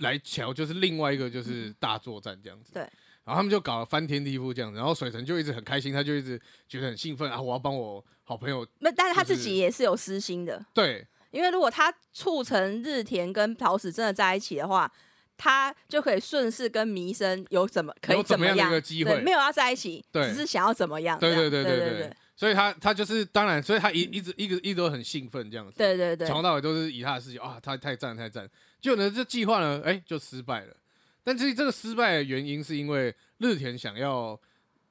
Speaker 1: 来瞧就是另外一个就是大作战这样子。
Speaker 2: 嗯对
Speaker 1: 然后他们就搞了翻天地覆这样子，然后水神就一直很开心，他就一直觉得很兴奋啊，我要帮我好朋友。
Speaker 2: 那但是他自
Speaker 1: 就是
Speaker 2: 己也是有私心的，
Speaker 1: 对
Speaker 2: 因为如果他促成日田跟桃矢真的在一起的话，他就可以顺势跟弥生有怎么可以
Speaker 1: 有怎么
Speaker 2: 么
Speaker 1: 样的一个机会
Speaker 2: 对没有要在一起，
Speaker 1: 对
Speaker 2: 只是想要怎么样，
Speaker 1: 对
Speaker 2: 这样
Speaker 1: 对对
Speaker 2: 对
Speaker 1: 对对
Speaker 2: 对
Speaker 1: 所以他他就是当然，所以他一一直一个一直都很兴奋这样子。
Speaker 2: 对对对
Speaker 1: 从头到尾都是以他的事情啊，他太赞太赞。结果呢，这计划呢，哎、就失败了。但是这个失败的原因是因为日田想要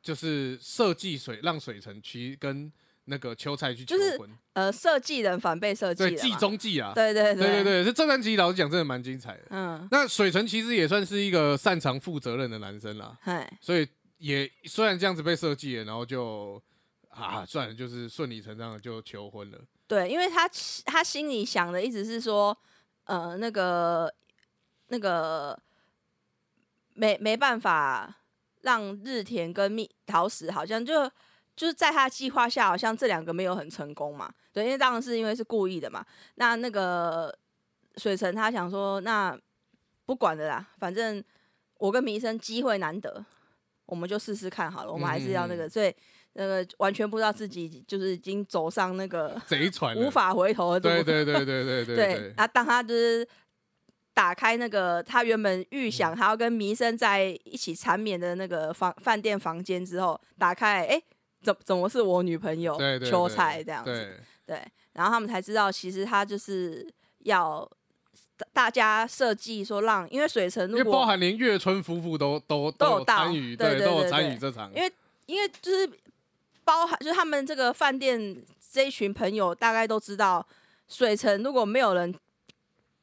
Speaker 1: 就是设计水让水城去跟那个秋菜去求
Speaker 2: 就是
Speaker 1: 婚，
Speaker 2: 呃，设计人反被设计
Speaker 1: 对
Speaker 2: 了
Speaker 1: 计
Speaker 2: 嘛，
Speaker 1: 中计啊，
Speaker 2: 对对
Speaker 1: 对对，
Speaker 2: 对
Speaker 1: 对，这这三集老实讲真的蛮精彩的。
Speaker 2: 嗯，
Speaker 1: 那水城其实也算是一个擅长负责任的男生啦，
Speaker 2: 嘿，
Speaker 1: 所以也虽然这样子被设计了，然后就啊算了，就是顺理成章的就求婚了。
Speaker 2: 对，因为他其他心里想的一直是说，呃，那个那个没没办法让日田跟蜜桃矢好像就就是在他计划下，好像这两个没有很成功嘛。对，因为当然是因为是故意的嘛。那那个水城他想说，那不管的啦，反正我跟弥生机会难得，我们就试试看好了。我们还是要那个，所以那个完全不知道自己就是已经走上那个。
Speaker 1: 贼船了
Speaker 2: 无法回头的
Speaker 1: 对
Speaker 2: 路。
Speaker 1: 对对对对对
Speaker 2: 对，那当他就是打开那个他原本预想他要跟弥生在一起缠绵的那个房饭店房间之后，打开哎。诶怎怎么是我女朋友
Speaker 1: 对对，
Speaker 2: 秋
Speaker 1: 对
Speaker 2: 菜这样子？
Speaker 1: 对
Speaker 2: 对，然后他们才知道，其实他就是要大大家设计说让，因为水城
Speaker 1: 因
Speaker 2: 如
Speaker 1: 为包
Speaker 2: 果
Speaker 1: 含连月春夫妇都都
Speaker 2: 都有
Speaker 1: 有
Speaker 2: 到
Speaker 1: 参与，
Speaker 2: 对对
Speaker 1: 都有
Speaker 2: 对
Speaker 1: 参
Speaker 2: 对
Speaker 1: 与这场
Speaker 2: 因。为因为就是包含就是他们这个饭店这一群朋友大概都知道，水城如果没有人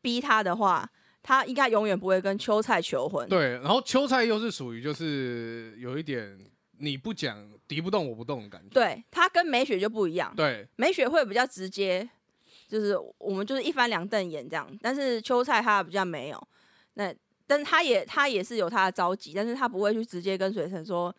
Speaker 2: 逼他的话，他应该永远不会跟秋菜求婚。
Speaker 1: 对，然后秋菜又是属于就是有一点你不讲敌不动我不动的感觉。
Speaker 2: 对，他跟美雪就不一样，
Speaker 1: 对
Speaker 2: 美雪会比较直接，就是我们就是一翻两瞪眼这样，但是秋菜他比较没有，那但他也他也是有他的着急，但是他不会去直接跟水城说，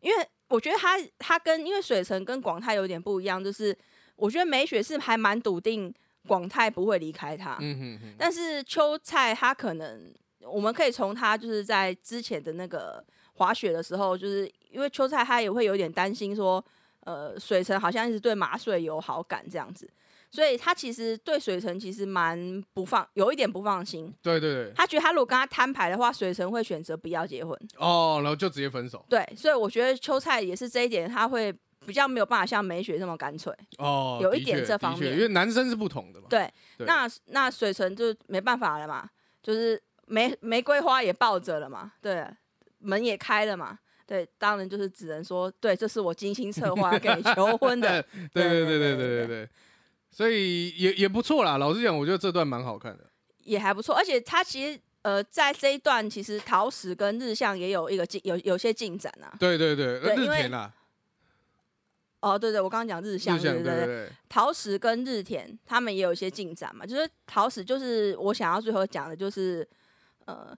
Speaker 2: 因为我觉得他他跟因为水城跟广泰有点不一样，就是我觉得美雪是还蛮笃定广泰不会离开他，
Speaker 1: 嗯哼哼，
Speaker 2: 但是秋菜他可能，我们可以从他就是在之前的那个滑雪的时候，就是因为秋菜他也会有点担心说，呃，水城好像一直对麻穗有好感这样子，所以他其实对水城其实蛮不放，有一点不放心。
Speaker 1: 对对对，
Speaker 2: 他觉得他如果跟他摊牌的话，水城会选择不要结婚。
Speaker 1: 哦，然后就直接分手。
Speaker 2: 对，所以我觉得秋菜也是这一点，他会比较没有办法像美雪这么干脆。
Speaker 1: 哦，
Speaker 2: 有
Speaker 1: 的
Speaker 2: 一点
Speaker 1: 确
Speaker 2: 这
Speaker 1: 的
Speaker 2: 方
Speaker 1: 确
Speaker 2: 面
Speaker 1: 因为男生是不同的嘛。
Speaker 2: 对，
Speaker 1: 对，
Speaker 2: 那那水城就没办法了嘛，就是玫玫瑰花也抱着了嘛，对，门也开了嘛，对，当然就是只能说，对，这是我精心策划要跟你求婚的
Speaker 1: 对对对
Speaker 2: 对对
Speaker 1: 对
Speaker 2: 对
Speaker 1: 对对
Speaker 2: 对
Speaker 1: 对，所以也也不错啦。老实讲，我觉得这段蛮好看的。
Speaker 2: 也还不错，而且他其实呃，在这一段其实桃矢跟日向也有一个进有有些进展啊。
Speaker 1: 对对对，
Speaker 2: 对
Speaker 1: 日
Speaker 2: 因为
Speaker 1: 田啦，
Speaker 2: 哦，对对，我刚刚讲日向，
Speaker 1: 日向
Speaker 2: 对
Speaker 1: 对
Speaker 2: 对
Speaker 1: 对
Speaker 2: 对，
Speaker 1: 对，
Speaker 2: 桃矢跟日田他们也有一些进展嘛。就是桃矢，就是我想要最后讲的，就是呃，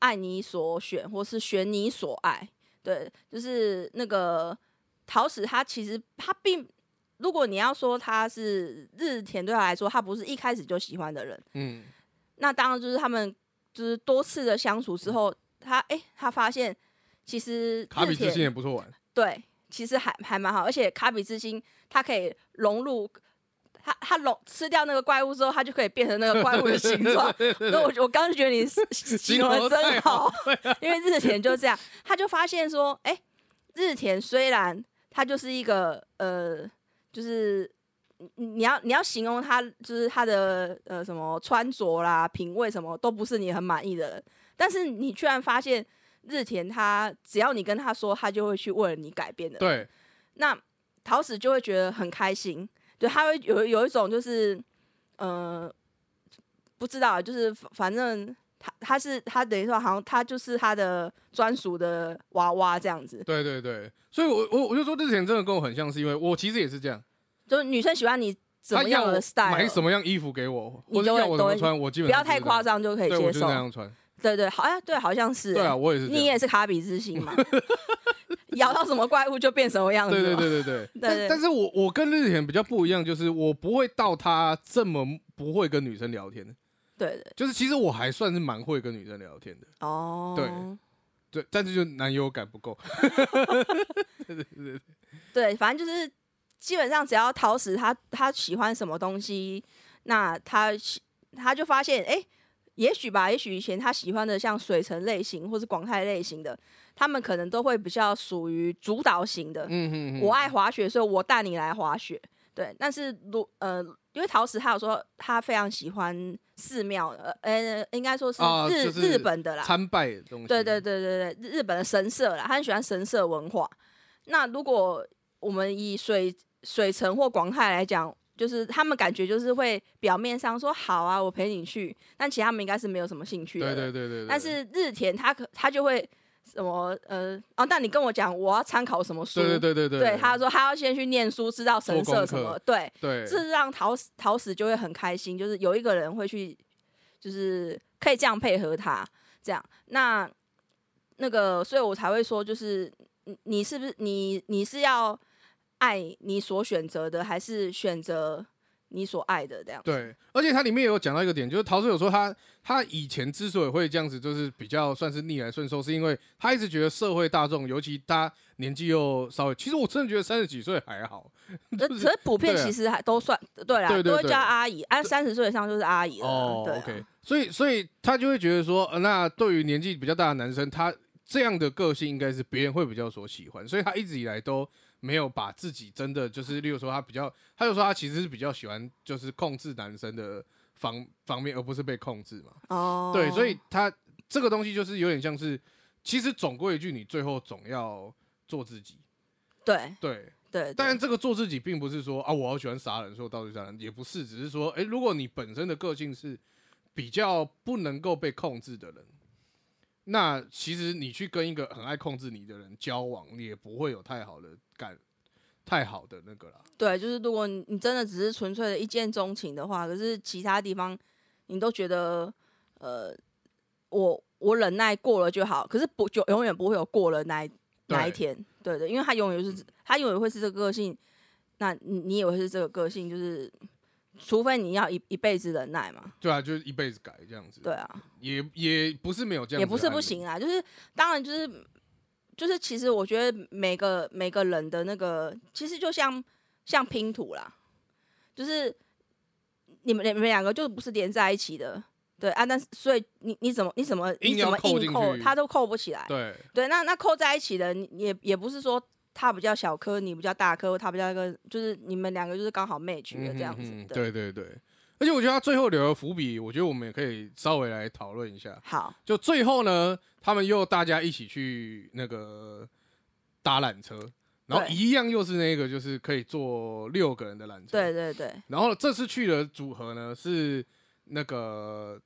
Speaker 2: 爱你所选，或是选你所爱。对，就是那个桃矢，他其实他并，如果你要说他是日田，对他来说，他不是一开始就喜欢的人。
Speaker 1: 嗯，
Speaker 2: 那当然就是他们就是多次的相处之后，他哎、他发现其实
Speaker 1: 卡比
Speaker 2: 日
Speaker 1: 之
Speaker 2: 田
Speaker 1: 心也不错玩，
Speaker 2: 对，其实还还蛮好，而且卡比之心它可以融入。它它融吃掉那个怪物之后，它就可以变成那个怪物的形状。所以我我刚刚就觉得你形容的
Speaker 1: 容得
Speaker 2: 真
Speaker 1: 太
Speaker 2: 好，因为日田就这样，他就发现说，哎、日田虽然他就是一个呃，就是你你要你要形容他，就是他的呃什么穿着啦、品味什么都不是你很满意的人，但是你居然发现日田他只要你跟他说，他就会去为了你改变的。
Speaker 1: 对，
Speaker 2: 那桃矢就会觉得很开心，对，他会有有一种就是，呃，不知道，啊就是反反正他他是他等于说好像他就是他的专属的娃娃这样子，
Speaker 1: 对对对，所以我我我就说日田真的跟我很像，是因为我其实也是这样，
Speaker 2: 就是女生喜欢你怎
Speaker 1: 他
Speaker 2: 么样
Speaker 1: 要
Speaker 2: 的
Speaker 1: 我
Speaker 2: style，
Speaker 1: 买什么样衣服给我，
Speaker 2: 你
Speaker 1: 或者
Speaker 2: 就会
Speaker 1: 要我怎么
Speaker 2: 都
Speaker 1: 穿，我基本
Speaker 2: 不要
Speaker 1: 上就是
Speaker 2: 太夸张就可以
Speaker 1: 这样，对，
Speaker 2: 接
Speaker 1: 我就是
Speaker 2: 受
Speaker 1: 那，样穿，
Speaker 2: 对对，好像对，好像是、哎
Speaker 1: 对啊，我也是这
Speaker 2: 你
Speaker 1: 样，
Speaker 2: 也是卡比之心嘛， 咬到什么怪物就变什么样子嘛，
Speaker 1: 对对对对对，
Speaker 2: 对
Speaker 1: 但但是我我跟日田比较不一样，就是我不会到他这么不会跟女生聊天的，
Speaker 2: 对对
Speaker 1: 就是其实我还算是蛮会跟女生聊天的，
Speaker 2: 哦，
Speaker 1: 对对，但是就男友感不够，
Speaker 2: 对，反正就是基本上只要桃矢他他喜欢什么东西，那他喜他就发现，哎、也许吧，也许以前他喜欢的像水城类型或是广泰类型的，他们可能都会比较属于主导型的。
Speaker 1: 嗯嗯嗯，
Speaker 2: 我爱滑雪，所以我带你来滑雪。对，但是如呃，因为桃矢他有说他非常喜欢寺庙，呃呃，应该说是日、
Speaker 1: 啊就是
Speaker 2: 日本的啦，
Speaker 1: 参拜的东西，
Speaker 2: 对对对对对，日日本的神社啦，他很喜欢神社文化。那如果我们以水水城或广泰来讲，就是他们感觉就是会表面上说好啊，我陪你去，但其实他们应该是没有什么兴趣的
Speaker 1: 对
Speaker 2: 人。
Speaker 1: 对对对对，
Speaker 2: 但是日田他可他就会什么呃哦，那你跟我讲我要参考什么书？
Speaker 1: 对对对对
Speaker 2: 对他说他要先去念书，知道神
Speaker 1: 做
Speaker 2: 社
Speaker 1: 功
Speaker 2: 什么
Speaker 1: 课。
Speaker 2: 对，
Speaker 1: 对
Speaker 2: 这让桃矢桃矢就会很开心，就是有一个人会去，就是可以这样配合他，这样那那个，所以我才会说，就是你你是不是你你是要爱你所选择的，还是选择你所爱的这样？
Speaker 1: 对，而且它里面也有讲到一个点，就是陶喆有说他他以前之所以会这样子，就是比较算是逆来顺受，是因为他一直觉得社会大众，尤其他年纪又稍微，其实我真的觉得三十几岁还好
Speaker 2: 那
Speaker 1: 就是
Speaker 2: 可是普遍
Speaker 1: 对啊
Speaker 2: 其实还都算对啦，
Speaker 1: 对对
Speaker 2: 都会
Speaker 1: 对
Speaker 2: 叫阿姨，按三十岁以上就是阿姨了啦。
Speaker 1: 哦。
Speaker 2: 对啊
Speaker 1: OK，所以所以他就会觉得说，呃、那对于年纪比较大的男生，他这样的个性应该是别人会比较所喜欢，所以他一直以来都。没有把自己真的就是，例如说他比较，他就说他其实是比较喜欢就是控制男生的方方面，而不是被控制嘛。
Speaker 2: 哦，
Speaker 1: 对，所以他这个东西就是有点像是，其实总归一句，你最后总要做自己。
Speaker 2: 对
Speaker 1: 对，
Speaker 2: 对，对
Speaker 1: 但这个做自己并不是说啊，我好喜欢杀人，所以我到处杀人，也不是，只是说，哎、如果你本身的个性是比较不能够被控制的人，那其实你去跟一个很爱控制你的人交往，你也不会有太好的感，太好的那个啦。
Speaker 2: 对，就是如果你你真的只是纯粹的一见钟情的话，可是其他地方你都觉得，呃，我我忍耐过了就好，可是不就永远不会有过了那一那一
Speaker 1: 对
Speaker 2: 天，对对，因为他永远就是他永远会是这个个性，那你你也会是这个个性，就是除非你要一一辈子忍耐嘛，
Speaker 1: 对啊，就是一辈子改这样子，
Speaker 2: 对啊，
Speaker 1: 也也不是没有这样，
Speaker 2: 也不是不，行啊，就是当然就是就是其实我觉得每个每个人的那个其实就像像拼图啦，就是你们你们两个就不是连在一起的，对啊，但是所以你你怎么你怎么
Speaker 1: 硬
Speaker 2: 你怎
Speaker 1: 要
Speaker 2: 么
Speaker 1: 扣
Speaker 2: 硬
Speaker 1: 进
Speaker 2: 扣
Speaker 1: 去
Speaker 2: 它都扣不起来，
Speaker 1: 对，
Speaker 2: 对，那那扣在一起的你也也不是说。他比较小颗，你比较大颗，他比较一个，就是你们两个就是刚好 match 的这样子
Speaker 1: 嗯哼。哼
Speaker 2: 对，
Speaker 1: 对对对，而且我觉得他最后留的伏笔，我觉得我们也可以稍微来讨论一下。
Speaker 2: 好，
Speaker 1: 就最后呢，他们又大家一起去那个搭缆车，然后
Speaker 2: 对
Speaker 1: 一样又是那个就是可以坐六个人的缆车。
Speaker 2: 对。对对，
Speaker 1: 然后这次去的组合呢是那个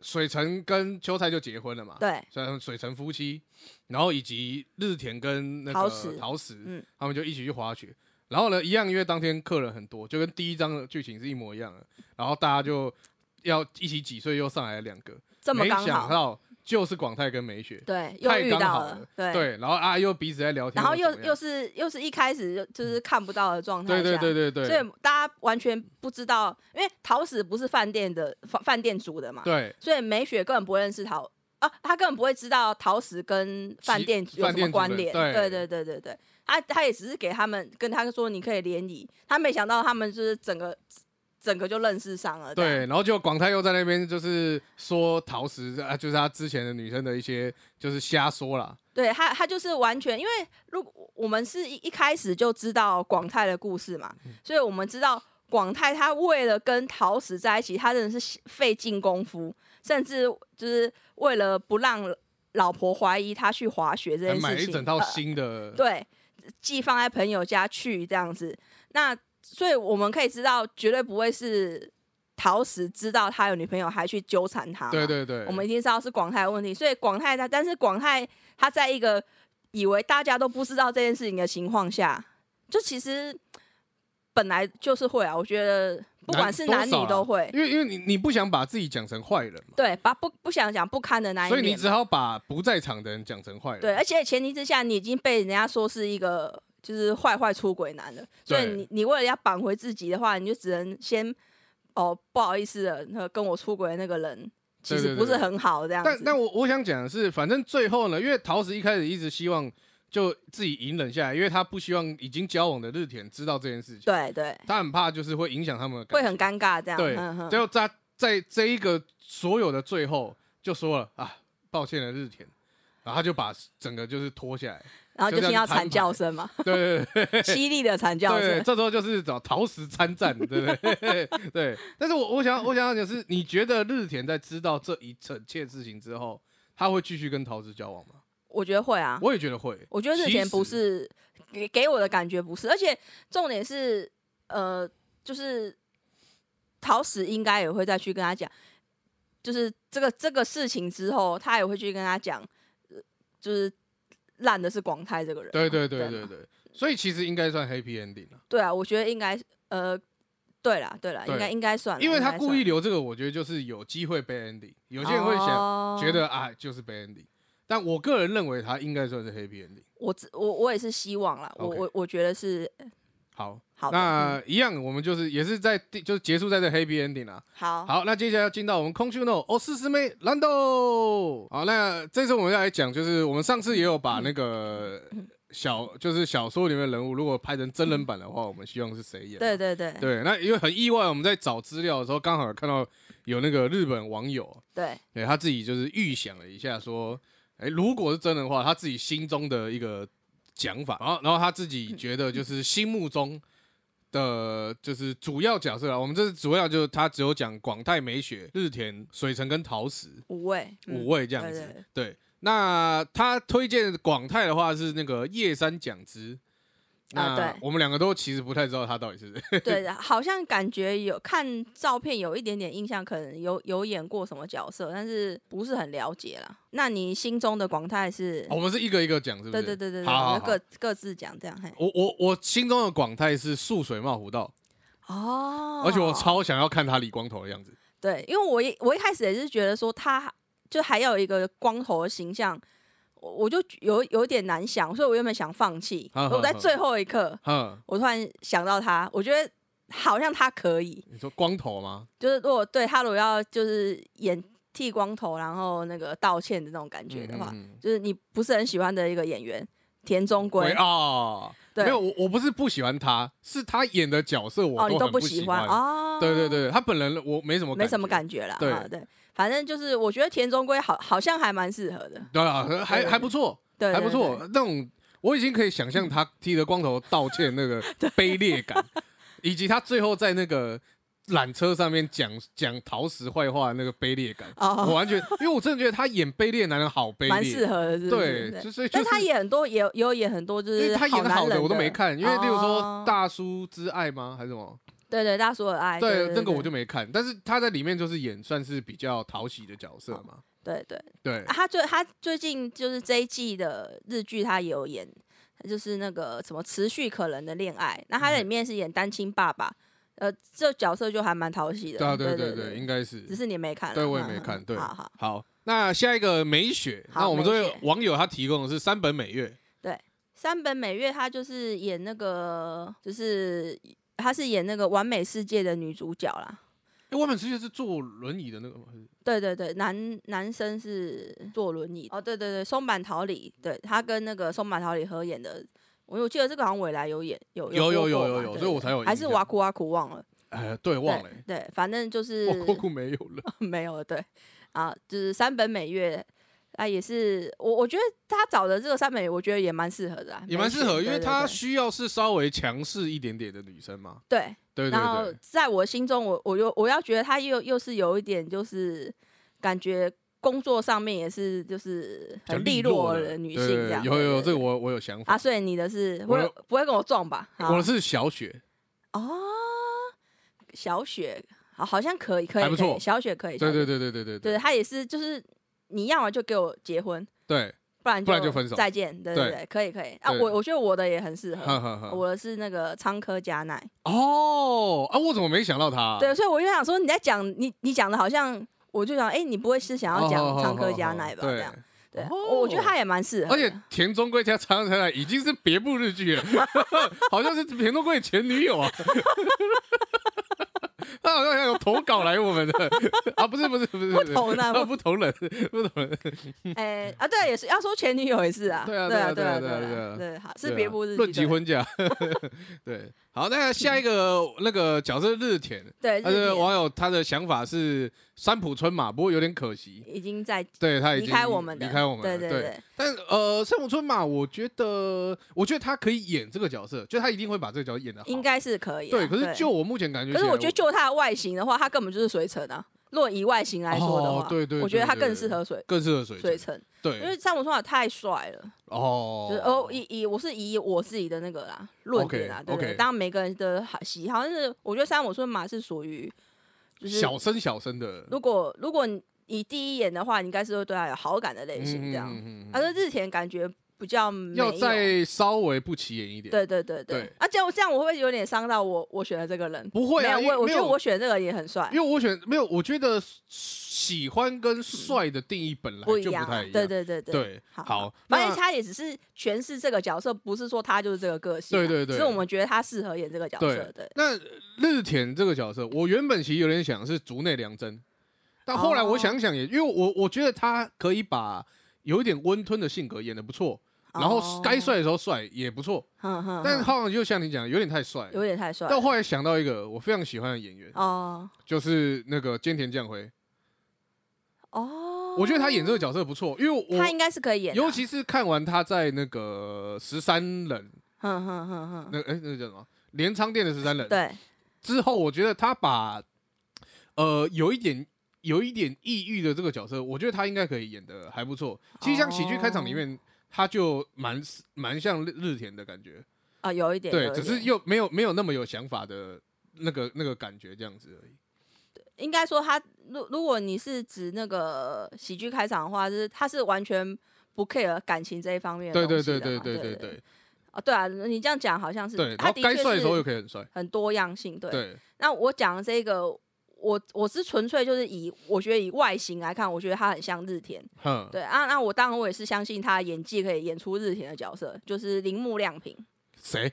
Speaker 1: 水城跟秋菜就结婚了嘛，
Speaker 2: 对，
Speaker 1: 虽然水城夫妻，然后以及日田跟那个
Speaker 2: 陶石
Speaker 1: 陶石，
Speaker 2: 嗯
Speaker 1: 他们就一起去滑雪。然后呢，一样，因为当天客人很多，就跟第一章的剧情是一模一样的。然后大家就要一起挤碎，又上来了两个，
Speaker 2: 这么
Speaker 1: 没
Speaker 2: 刚
Speaker 1: 想
Speaker 2: 好，
Speaker 1: 到就是广泰跟美雪，
Speaker 2: 对，又
Speaker 1: 太
Speaker 2: 遇
Speaker 1: 刚
Speaker 2: 到
Speaker 1: 好
Speaker 2: 了
Speaker 1: 了，
Speaker 2: 对，
Speaker 1: 对，然后啊又彼此在聊天，
Speaker 2: 然后又
Speaker 1: 怎么样嗯
Speaker 2: 又是又是一开始就就是看不到的状态
Speaker 1: 对
Speaker 2: 下，
Speaker 1: 对对对对，
Speaker 2: 所以大家完全不知道，因为桃矢不是饭店的饭饭店主的嘛，
Speaker 1: 对
Speaker 2: 所以美雪根本不认识桃啊，她根本不会知道桃矢跟饭店
Speaker 1: 其
Speaker 2: 有
Speaker 1: 饭
Speaker 2: 什
Speaker 1: 店
Speaker 2: 么
Speaker 1: 主
Speaker 2: 关
Speaker 1: 人
Speaker 2: 联。
Speaker 1: 对
Speaker 2: 对对对对对，她她也只是给他们跟他说你可以联谊，她没想到他们就是整个整个就认识上了。
Speaker 1: 对，
Speaker 2: 这样，
Speaker 1: 然后就广泰又在那边就是说陶石啊，就是他之前的女生的一些就是瞎说啦，
Speaker 2: 对她她就是完全因为如果我们是一一开始就知道广泰的故事嘛，
Speaker 1: 嗯
Speaker 2: 所以我们知道。广泰他为了跟桃矢在一起，他真的是费尽功夫，甚至就是为了不让老婆怀疑他去滑雪这件
Speaker 1: 还
Speaker 2: 事情，
Speaker 1: 买了一整套
Speaker 2: 呃
Speaker 1: 新的，
Speaker 2: 对，寄放在朋友家去这样子。那所以我们可以知道，绝对不会是陶石知道他有女朋友还去纠缠他。
Speaker 1: 对，对对，
Speaker 2: 啊我们一定知道是广泰的问题。所以广泰他，但是广泰他在一个以为大家都不知道这件事情的情况下，就其实本来就是会啊。我觉得不管是男女
Speaker 1: 多少啦啊
Speaker 2: 都会，
Speaker 1: 因为因为你你不想把自己讲成坏人嘛，
Speaker 2: 对，把不不想讲不堪的那一
Speaker 1: 所
Speaker 2: 面
Speaker 1: 以
Speaker 2: 嘛。
Speaker 1: 你只好把不在场的人讲成坏人，
Speaker 2: 对，而且前提之下，你已经被人家说是一个就是坏坏出轨男了，所以
Speaker 1: 对
Speaker 2: 你你为了要扳回自己的话，你就只能先哦不好意思了，那个跟我出轨的那个人其
Speaker 1: 对
Speaker 2: 实
Speaker 1: 对
Speaker 2: 不是
Speaker 1: 对
Speaker 2: 很好这样子。
Speaker 1: 但但我我想讲的是，反正最后呢，因为陶石一开始一直希望就自己隐忍下来，因为他不希望已经交往的日田知道这件事情，
Speaker 2: 对对，
Speaker 1: 他很怕就是会影响他们的感
Speaker 2: 会
Speaker 1: 情，
Speaker 2: 很尴尬这样。嗯
Speaker 1: 对
Speaker 2: 哼哼
Speaker 1: 最后在在这一个所有的最后就说了啊，抱歉了日田，然后他就把整个就是拖下来，
Speaker 2: 然后
Speaker 1: 就
Speaker 2: 就
Speaker 1: 这
Speaker 2: 听
Speaker 1: 样
Speaker 2: 到
Speaker 1: 摊
Speaker 2: 惨叫
Speaker 1: 牌
Speaker 2: 声嘛，
Speaker 1: 对对对
Speaker 2: 犀利的惨叫
Speaker 1: 对，
Speaker 2: 声。
Speaker 1: 这时候就是找陶石参战，对不 对？对。但是我我想我想要讲是，你觉得日田在知道这一整切事情之后，他会继续跟陶石交往吗？
Speaker 2: 我觉得会啊，
Speaker 1: 我也觉得会。
Speaker 2: 我觉得日
Speaker 1: 其
Speaker 2: 田不
Speaker 1: 实
Speaker 2: 是给给我的感觉不是，而且重点是呃，就是陶石应该也会再去跟他讲，就是这个这个事情之后，他也会去跟他讲，呃就是烂的是广泰这个人。啊
Speaker 1: 对对对
Speaker 2: 对
Speaker 1: 对
Speaker 2: 嘛
Speaker 1: 对，所以其实应该算 happy ending 了，
Speaker 2: 对啊，我觉得应该呃，对啦对啦，
Speaker 1: 对
Speaker 2: 应该应该算了，
Speaker 1: 因为
Speaker 2: 啊应
Speaker 1: 他
Speaker 2: 该
Speaker 1: 故
Speaker 2: 算
Speaker 1: 意
Speaker 2: 了，
Speaker 1: 留这个，我觉得就是有机会被 ending。有些人会想，
Speaker 2: 哦
Speaker 1: 觉得啊就是被 ending，但我个人认为他应该算是 happy ending。
Speaker 2: 我只我我也是希望啦，我
Speaker 1: OK
Speaker 2: 我我觉得是
Speaker 1: 好，
Speaker 2: 好的，嗯
Speaker 1: 那一样，我们就是也是在第就是结束在这 happy ending 啦。
Speaker 2: 好
Speaker 1: 好，那接下来要进到我们空虚 no 哦，四师妹兰豆。好，那这次我们要来讲，就是我们上次也有把那个小就是小说里面的人物，如果拍成真人版的话，我们希望是谁演？
Speaker 2: 对对对
Speaker 1: 对，那因为很意外，我们在找资料的时候，刚好有看到有那个日本网友，
Speaker 2: 对
Speaker 1: 对他自己就是预想了一下，说，哎、如果是真的话，他自己心中的一个讲法，然后，然后他自己觉得就是心目中的就是主要角色啊，我们这是主要就是他只有讲广泰美雪、日田、水城跟桃石
Speaker 2: 五位
Speaker 1: 五
Speaker 2: 位
Speaker 1: 位这样子，
Speaker 2: 嗯对
Speaker 1: 对。那他推荐广泰的话是那个叶山奖之，那、
Speaker 2: 啊对
Speaker 1: 我们两个都其实不太知道他到底是谁。
Speaker 2: 对， 好像感觉有看照片有一点点印象，可能有有演过什么角色，但是不是很了解啦。那你心中的广泰是？
Speaker 1: 我们是一个一个讲，是不是？
Speaker 2: 对对对对对，
Speaker 1: 好好
Speaker 2: 我们
Speaker 1: 好
Speaker 2: 各各自讲这样嘿。
Speaker 1: 我我我心中的广泰是素水茂湖道，
Speaker 2: 哦，
Speaker 1: 而且我超想要看他理光头的样子。
Speaker 2: 对，因为我一我一开始也是觉得说他就还有一个光头的形象，我我就有有点难想，所以我原本想放弃，
Speaker 1: 好好
Speaker 2: 我在
Speaker 1: 好
Speaker 2: 最后一刻
Speaker 1: 哼，
Speaker 2: 我突然想到他，我觉得好像他可以，
Speaker 1: 你说光头吗？
Speaker 2: 就是如果对他如果要就是演剃光头，然后那个道歉的那种感觉的话，
Speaker 1: 嗯嗯嗯
Speaker 2: 就是你不是很喜欢的一个演员田中
Speaker 1: 鬼
Speaker 2: 圭，
Speaker 1: 啊，
Speaker 2: 对
Speaker 1: 没有，我我不是不喜欢他，是他演的角色我
Speaker 2: 哦，你
Speaker 1: 都
Speaker 2: 都
Speaker 1: 很不
Speaker 2: 喜
Speaker 1: 欢。
Speaker 2: 哦，
Speaker 1: 对对，对，他本人我没什么
Speaker 2: 没什么
Speaker 1: 感觉。
Speaker 2: 感觉啦，
Speaker 1: 对
Speaker 2: 啊对，反正就是我觉得田中圭好好像还蛮适合的，
Speaker 1: 对啊，还
Speaker 2: 对
Speaker 1: 还不错，
Speaker 2: 对，
Speaker 1: 还不
Speaker 2: 对
Speaker 1: 错，
Speaker 2: 对，
Speaker 1: 那种我已经可以想 象他剃着光头道歉那个卑劣感，以及他最后在那个缆车上面讲讲陶石坏话的那个卑劣感。我
Speaker 2: 哦，
Speaker 1: 完全，因为我真的觉得他演卑劣男人好卑劣，
Speaker 2: 蛮适合的，是不是？
Speaker 1: 对，
Speaker 2: 对
Speaker 1: 就所以就
Speaker 2: 但
Speaker 1: 是
Speaker 2: 他演很多，也有也有演很多，就
Speaker 1: 对
Speaker 2: 是
Speaker 1: 他演
Speaker 2: 男
Speaker 1: 好
Speaker 2: 人
Speaker 1: 的我都没看，因为例如说
Speaker 2: 哦
Speaker 1: 《大叔之爱》吗，还是什么？
Speaker 2: 对对，大叔的爱，对
Speaker 1: 对，那个我就没看，但是他在里面就是演算是比较讨喜的角色嘛。
Speaker 2: 对对，
Speaker 1: 对
Speaker 2: 啊，他最他最近就是这一季的日剧，他也有演，就是那个什么持续可能的恋爱，那
Speaker 1: 嗯
Speaker 2: 他在里面是演单亲爸爸，呃，这角色就还蛮讨喜的。
Speaker 1: 对啊，
Speaker 2: 嗯对
Speaker 1: 对对对，
Speaker 2: 对，
Speaker 1: 应该是
Speaker 2: 只是你没看啦，
Speaker 1: 对我也
Speaker 2: 嗯
Speaker 1: 没
Speaker 2: 嗯
Speaker 1: 看对
Speaker 2: 好好，
Speaker 1: 好。那下一个美雪，
Speaker 2: 好
Speaker 1: 那我们这
Speaker 2: 美
Speaker 1: 位
Speaker 2: 雪
Speaker 1: 网友他提供的是三本美月，
Speaker 2: 三本美月她就是演那个，就是她是演那个完美世界的女主角啦。
Speaker 1: 哎，我本世界是坐轮椅的那个吗？还是
Speaker 2: 对对对，男男生是坐轮椅哦，对对对，松坂桃李，对他跟那个松坂桃李合演的，我我记得这个好像未来有演有
Speaker 1: 有有
Speaker 2: 有播
Speaker 1: 有
Speaker 2: 过
Speaker 1: 有
Speaker 2: 嘛
Speaker 1: 有
Speaker 2: 对
Speaker 1: 所以我才有
Speaker 2: 还
Speaker 1: 印
Speaker 2: 是
Speaker 1: 象
Speaker 2: 哇哭哇哭忘了，
Speaker 1: 哎，对，
Speaker 2: 对
Speaker 1: 忘了欸，
Speaker 2: 对，反 正就是哦
Speaker 1: 我酷酷没有了。
Speaker 2: 没有了，对啊，就是三本美月。啊，也是我，我觉得他找的这个三本，我觉得也蛮适合的、啊，
Speaker 1: 也蛮适合，因为她
Speaker 2: 他
Speaker 1: 需要是稍微强势一点点的女生嘛。
Speaker 2: 对
Speaker 1: 对对
Speaker 2: 然后
Speaker 1: 对，
Speaker 2: 在我心中我，我又我要觉得他又又是有一点，就是感觉工作上面也是就是
Speaker 1: 比较
Speaker 2: 很利
Speaker 1: 落
Speaker 2: 落的女性
Speaker 1: 对
Speaker 2: 这
Speaker 1: 对
Speaker 2: 样。
Speaker 1: 有有有，
Speaker 2: 对
Speaker 1: 这
Speaker 2: 对
Speaker 1: 个我我有想
Speaker 2: 啊，
Speaker 1: 法。
Speaker 2: 所以你的是不
Speaker 1: 我
Speaker 2: 会
Speaker 1: 的
Speaker 2: 不会跟我撞吧？啊
Speaker 1: 我的是小雪，
Speaker 2: 哦，小雪好好像可以可以
Speaker 1: 还不
Speaker 2: 可以
Speaker 1: 错
Speaker 2: 小雪可以，
Speaker 1: 对
Speaker 2: 小
Speaker 1: 对
Speaker 2: 雪
Speaker 1: 对对对对
Speaker 2: 对，
Speaker 1: 对
Speaker 2: 她也是就是你要么就给我结婚，
Speaker 1: 对，
Speaker 2: 不然
Speaker 1: 不然就分手
Speaker 2: 再见，对
Speaker 1: 对
Speaker 2: 对，可以可以啊，
Speaker 1: 对嗯
Speaker 2: 我我觉得我的也很适合
Speaker 1: 哈。哈哈。
Speaker 2: 呃我的是那个仓科加奈，
Speaker 1: 哦啊，我怎么没想到她啊？
Speaker 2: 对，所以我就想说你在讲你你讲的好像，我就想哎、你不会是想
Speaker 1: 哦
Speaker 2: 要讲
Speaker 1: 好
Speaker 2: 仓
Speaker 1: 好
Speaker 2: 科加
Speaker 1: 好
Speaker 2: 奈吧？
Speaker 1: 对
Speaker 2: 这样对，
Speaker 1: 哦
Speaker 2: 我我觉得他也蛮适合
Speaker 1: 而
Speaker 2: 的，
Speaker 1: 且田中圭加长城已经是别部日 剧了，好像是田中圭的前女友啊。 他好像有投稿来我们的 啊，不是不是不是不
Speaker 2: 不同
Speaker 1: 啊
Speaker 2: 的
Speaker 1: 不同人不同人，
Speaker 2: 哎啊，对，也是要说前女友也是啊，
Speaker 1: 对啊
Speaker 2: 对
Speaker 1: 对
Speaker 2: 对
Speaker 1: 啊对啊对啊
Speaker 2: 对对，好是
Speaker 1: 对啊
Speaker 2: 别部日剧
Speaker 1: 论及
Speaker 2: 对
Speaker 1: 婚嫁， 对，好，那下一个那个 角色日田，
Speaker 2: 对，
Speaker 1: 他
Speaker 2: 日
Speaker 1: 的
Speaker 2: 剧
Speaker 1: 网友他的想法是山浦春马，不过有点可惜，
Speaker 2: 已经在
Speaker 1: 对他啊已
Speaker 2: 离
Speaker 1: 经
Speaker 2: 开我们的，
Speaker 1: 离开我们了，
Speaker 2: 对对对
Speaker 1: 但呃，山浦春马，我觉得，我觉得他可以演这个角色，就他一定会把这个角色演的好。
Speaker 2: 应该是可以啊，
Speaker 1: 对，可是就我目前感觉起
Speaker 2: 可
Speaker 1: 来，
Speaker 2: 是我觉得就他的外形的话，他根本就是水城啊。若以外形来说的
Speaker 1: 哦
Speaker 2: 话，
Speaker 1: 对对
Speaker 2: 我觉
Speaker 1: 对
Speaker 2: 得他
Speaker 1: 对
Speaker 2: 更
Speaker 1: 对
Speaker 2: 适合水
Speaker 1: 更适合水
Speaker 2: 水
Speaker 1: 城，
Speaker 2: 城，因为
Speaker 1: 对，
Speaker 2: 山姆说法太帅了。
Speaker 1: 哦，
Speaker 2: 就是哦，以以我是以我自己的那个啦论点啊
Speaker 1: OK，
Speaker 2: 对不对
Speaker 1: OK
Speaker 2: 当然每个人的好喜好，但是我觉得山姆顺马是属于就是
Speaker 1: 小声小声的
Speaker 2: 如果如果你以第一眼的话，你应该是会对他有好感的类型这样。
Speaker 1: 嗯嗯嗯嗯
Speaker 2: 而、是日田感觉比较没有
Speaker 1: 要再稍微不起眼一点，，
Speaker 2: 对对对对
Speaker 1: 对，
Speaker 2: 而且我这样我会有点伤到我我选的这个人，
Speaker 1: 不会啊，
Speaker 2: 没
Speaker 1: 因
Speaker 2: 有
Speaker 1: 为
Speaker 2: 我我
Speaker 1: 没
Speaker 2: 觉得
Speaker 1: 有
Speaker 2: 我选这个也很帅
Speaker 1: 因，为我选没有，我觉得喜欢跟帅的定义本来
Speaker 2: 嗯不一
Speaker 1: 就
Speaker 2: 样
Speaker 1: 太一，
Speaker 2: 啊
Speaker 1: 样，
Speaker 2: 对对对对。
Speaker 1: 对，好，
Speaker 2: 反正
Speaker 1: 那
Speaker 2: 他也只是诠释这个角色，不是说他就是这个个性啊、
Speaker 1: 对对对
Speaker 2: 只是我们觉得他适合演这个角
Speaker 1: 对
Speaker 2: 色，对。
Speaker 1: 那日田这个角色，我原本其实有点想是竹内良真，但后
Speaker 2: 哦
Speaker 1: 来我想想也，因为我我觉得他可以把有一点温吞的性格演得不错，然后
Speaker 2: 哦
Speaker 1: 该帅的时候帅也不错，
Speaker 2: 哼哼，
Speaker 1: 但
Speaker 2: 哼
Speaker 1: 后来就像你讲，有点太帅。
Speaker 2: 有点太帅了。
Speaker 1: 但后来想到一个我非常喜欢的演员，
Speaker 2: 哦
Speaker 1: 就是那个菅田将晖，
Speaker 2: 哦，
Speaker 1: 我觉得他演这个角色不错，因为
Speaker 2: 他
Speaker 1: 我
Speaker 2: 应该是可以演啊，
Speaker 1: 尤其是看完他在那个十三人，
Speaker 2: 哼哼哼哼，
Speaker 1: 那哎、那个叫什么镰仓店的十三人，
Speaker 2: 对
Speaker 1: 之后，我觉得他把呃有一点有一点抑郁的这个角色，我觉得他应该可以演的还不错。其实像喜剧开
Speaker 2: 哦
Speaker 1: 场里面，他就蛮蛮像日日田的感觉，
Speaker 2: 啊，有一点
Speaker 1: 对，
Speaker 2: 有一
Speaker 1: 只是
Speaker 2: 点
Speaker 1: 又没有没有那么有想法的那个那个感觉这样子而已。
Speaker 2: 应该说他，如如果你是指那个喜剧开场的话，就是他是完全不 care 感情这一方面的
Speaker 1: 对
Speaker 2: 东
Speaker 1: 对
Speaker 2: 西的
Speaker 1: 对
Speaker 2: 嘛，
Speaker 1: 对
Speaker 2: 对
Speaker 1: 对对
Speaker 2: 对
Speaker 1: 对
Speaker 2: 啊，对啊，你这样讲好像是
Speaker 1: 对，然
Speaker 2: 他
Speaker 1: 后
Speaker 2: 的
Speaker 1: 该
Speaker 2: 确
Speaker 1: 帅的时候又
Speaker 2: 是
Speaker 1: 可以很帅，
Speaker 2: 很多样性，对。
Speaker 1: 对
Speaker 2: 那我讲的这个，我我是纯粹就是以我觉得以外形来看，我觉得他很像日田，
Speaker 1: 哼，
Speaker 2: 对啊，那我当然我也是相信他演技可以演出日田的角色，就是铃木亮平。
Speaker 1: 谁？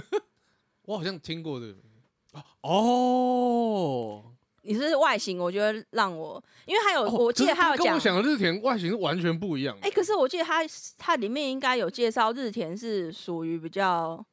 Speaker 1: 我好像听过这个名字啊哦。
Speaker 2: 你是外形，我觉得让我，因为还有、
Speaker 1: 哦
Speaker 2: 我记
Speaker 1: 可
Speaker 2: 得
Speaker 1: 是他
Speaker 2: 有
Speaker 1: 跟
Speaker 2: 讲
Speaker 1: 我，想的日田外形是完全不一样的
Speaker 2: 哎、。可是我记得他他里面应该有介绍日田是属于比较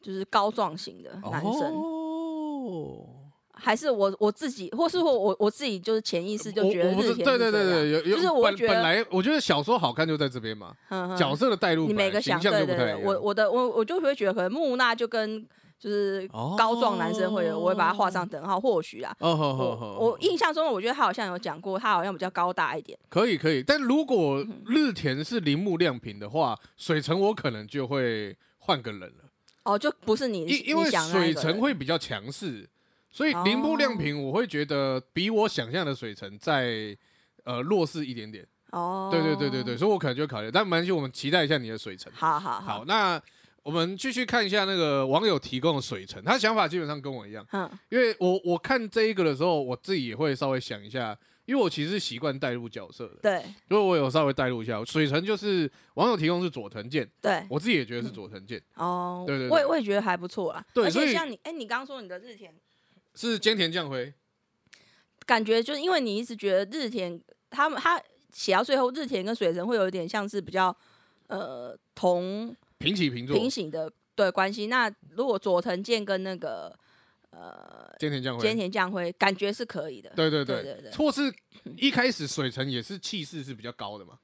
Speaker 2: 就是高壮型的男生，
Speaker 1: 哦，
Speaker 2: 还是我我自己，或是说我我自己就是潜意识就觉
Speaker 1: 我
Speaker 2: 得
Speaker 1: 我不
Speaker 2: 日
Speaker 1: 是
Speaker 2: 田
Speaker 1: 对对对
Speaker 2: 这样
Speaker 1: 对，有有
Speaker 2: 啊就是我
Speaker 1: 本
Speaker 2: 觉
Speaker 1: 本
Speaker 2: 得
Speaker 1: 来我觉得小说好看就在这边嘛，
Speaker 2: 哼哼
Speaker 1: 角色的代入
Speaker 2: 你
Speaker 1: 本来
Speaker 2: 每个
Speaker 1: 形
Speaker 2: 想
Speaker 1: 象
Speaker 2: 对
Speaker 1: 就不
Speaker 2: 对
Speaker 1: 太
Speaker 2: 对，
Speaker 1: 一
Speaker 2: 我
Speaker 1: 样。
Speaker 2: 我的我我就会觉得可能木讷就跟就是
Speaker 1: 哦
Speaker 2: 高壮男生会有，我会把他画上等号，或许啦。
Speaker 1: 哦好好好，
Speaker 2: 我我印象中，我觉得他好像有讲过，他好像比较高大一点。
Speaker 1: 可以可以，但如果
Speaker 2: 嗯
Speaker 1: 日田是铃木亮平的话，水城我可能就会换个人了，
Speaker 2: 哦，就不是你
Speaker 1: 因因为
Speaker 2: 你想的那
Speaker 1: 水
Speaker 2: 个
Speaker 1: 城
Speaker 2: 人
Speaker 1: 会比较强势，所以
Speaker 2: 哦
Speaker 1: 铃木亮平，我会觉得比我想象的水城在呃弱势一点点。
Speaker 2: 哦，
Speaker 1: 对对对对对，，所以我可能就会考虑，但没关系，我们期待一下你的水城。
Speaker 2: 好好
Speaker 1: 好，，那我们继续看一下那个网友提供的水城，他的想法基本上跟我一样，
Speaker 2: 嗯
Speaker 1: 因为我我看这一个的时候，我自己也会稍微想一下，因为我其实是习惯带入角色的，
Speaker 2: 对
Speaker 1: 所以我有稍微带入一下。水城就是网友提供是佐藤健，
Speaker 2: 对
Speaker 1: 我自己也
Speaker 2: 嗯
Speaker 1: 觉得是佐藤健，
Speaker 2: 哦，
Speaker 1: 对对对
Speaker 2: 我也我也觉得还不错啦。
Speaker 1: 对
Speaker 2: 而
Speaker 1: 所
Speaker 2: 且
Speaker 1: 以
Speaker 2: 像你，哎，你刚说你的日田，
Speaker 1: 是菅田将晖，
Speaker 2: 感觉就是因为你一直觉得日田他们他写到最后，日田跟水神会有一点像是比较呃同
Speaker 1: 平起平坐，
Speaker 2: 平行的对关系。那如果佐藤健跟那个
Speaker 1: 菅田将晖，
Speaker 2: 菅田将晖，感觉是可以的。
Speaker 1: 对对
Speaker 2: 对
Speaker 1: 对
Speaker 2: 对对
Speaker 1: 或是一开始水城也是气势是比较高的嘛，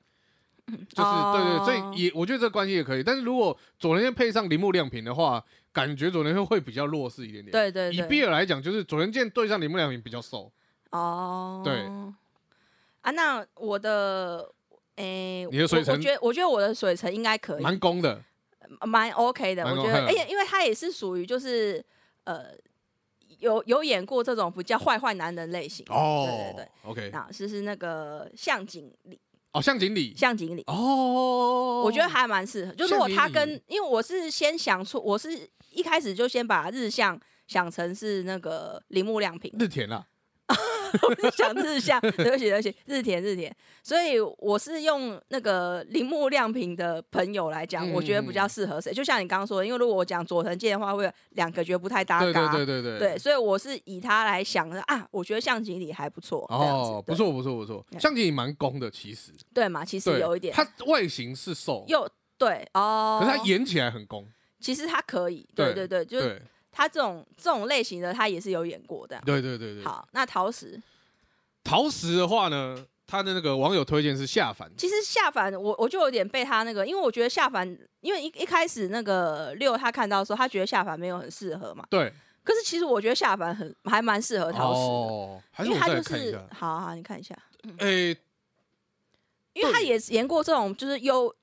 Speaker 1: 就是
Speaker 2: 哦
Speaker 1: 对对，所以也我觉得这关系也可以。但是如果左仁健配上铃木亮平的话，感觉左仁健会比较弱势一点点。
Speaker 2: 对对
Speaker 1: 以
Speaker 2: 对，
Speaker 1: 比尔来讲，就是左仁健对上铃木亮平比较瘦。
Speaker 2: 哦，
Speaker 1: 对
Speaker 2: 啊，那我的。诶，
Speaker 1: 你的水
Speaker 2: 我我
Speaker 1: 城
Speaker 2: 觉得我觉得我的水城应该可以，
Speaker 1: 蛮攻的，
Speaker 2: 蛮 OK 的，
Speaker 1: 蛮
Speaker 2: 我觉
Speaker 1: OK
Speaker 2: 得，
Speaker 1: 的
Speaker 2: 而且因为他也是属于就是呃有有演过这种比较坏坏男人类型
Speaker 1: 哦，
Speaker 2: 对对
Speaker 1: 对
Speaker 2: 对，
Speaker 1: ，OK，
Speaker 2: 那就是那个向井理，
Speaker 1: 哦，向井理，
Speaker 2: 向井理，
Speaker 1: 哦，
Speaker 2: 我觉得还蛮适合。就如果他
Speaker 1: 向井
Speaker 2: 跟，因为我是先想出，我是一开始就先把日向想成是那个铃木亮平，
Speaker 1: 日田啊啦，
Speaker 2: 我是想日向，对不起对不起，日田日田，所以我是用那个铃木亮平的朋友来讲，
Speaker 1: 嗯
Speaker 2: 我觉得比较适合谁？就像你刚刚说的，因为如果我讲佐藤健的话，会有两个觉得不太搭
Speaker 1: 对
Speaker 2: 嘎，
Speaker 1: 对对对
Speaker 2: 对，所以我是以他来想的啊，我觉得向井里还不错，这样
Speaker 1: 哦
Speaker 2: 子，
Speaker 1: 不，错不错不错，向井理蛮攻的，其实
Speaker 2: 对对嘛，其实
Speaker 1: 对
Speaker 2: 有一点，
Speaker 1: 他外形是瘦，
Speaker 2: 又对哦，
Speaker 1: 可是他演起来很攻，
Speaker 2: 其实他可以，对
Speaker 1: 对
Speaker 2: 对对，就是
Speaker 1: 对
Speaker 2: 他这种这种类型的，他也是有演过的。啊
Speaker 1: 对对对对，
Speaker 2: 好，那陶石
Speaker 1: 陶石的话呢，他的那个网友推荐是下凡，
Speaker 2: 其实夏凡，我我就有点被他那个，因为我觉得夏凡，因为一一开始那个六他看到的时候，他觉得夏凡没有很适合嘛。
Speaker 1: 对，
Speaker 2: 可是其实我觉得夏凡很还蛮适合陶石
Speaker 1: 哦，还
Speaker 2: 的，
Speaker 1: 是我
Speaker 2: 因为他
Speaker 1: 再来
Speaker 2: 就
Speaker 1: 看一
Speaker 2: 是
Speaker 1: 下，哎
Speaker 2: 好啊好啊，你看一下，
Speaker 1: 诶，
Speaker 2: 因为
Speaker 1: 对
Speaker 2: 他也演过这种就是优，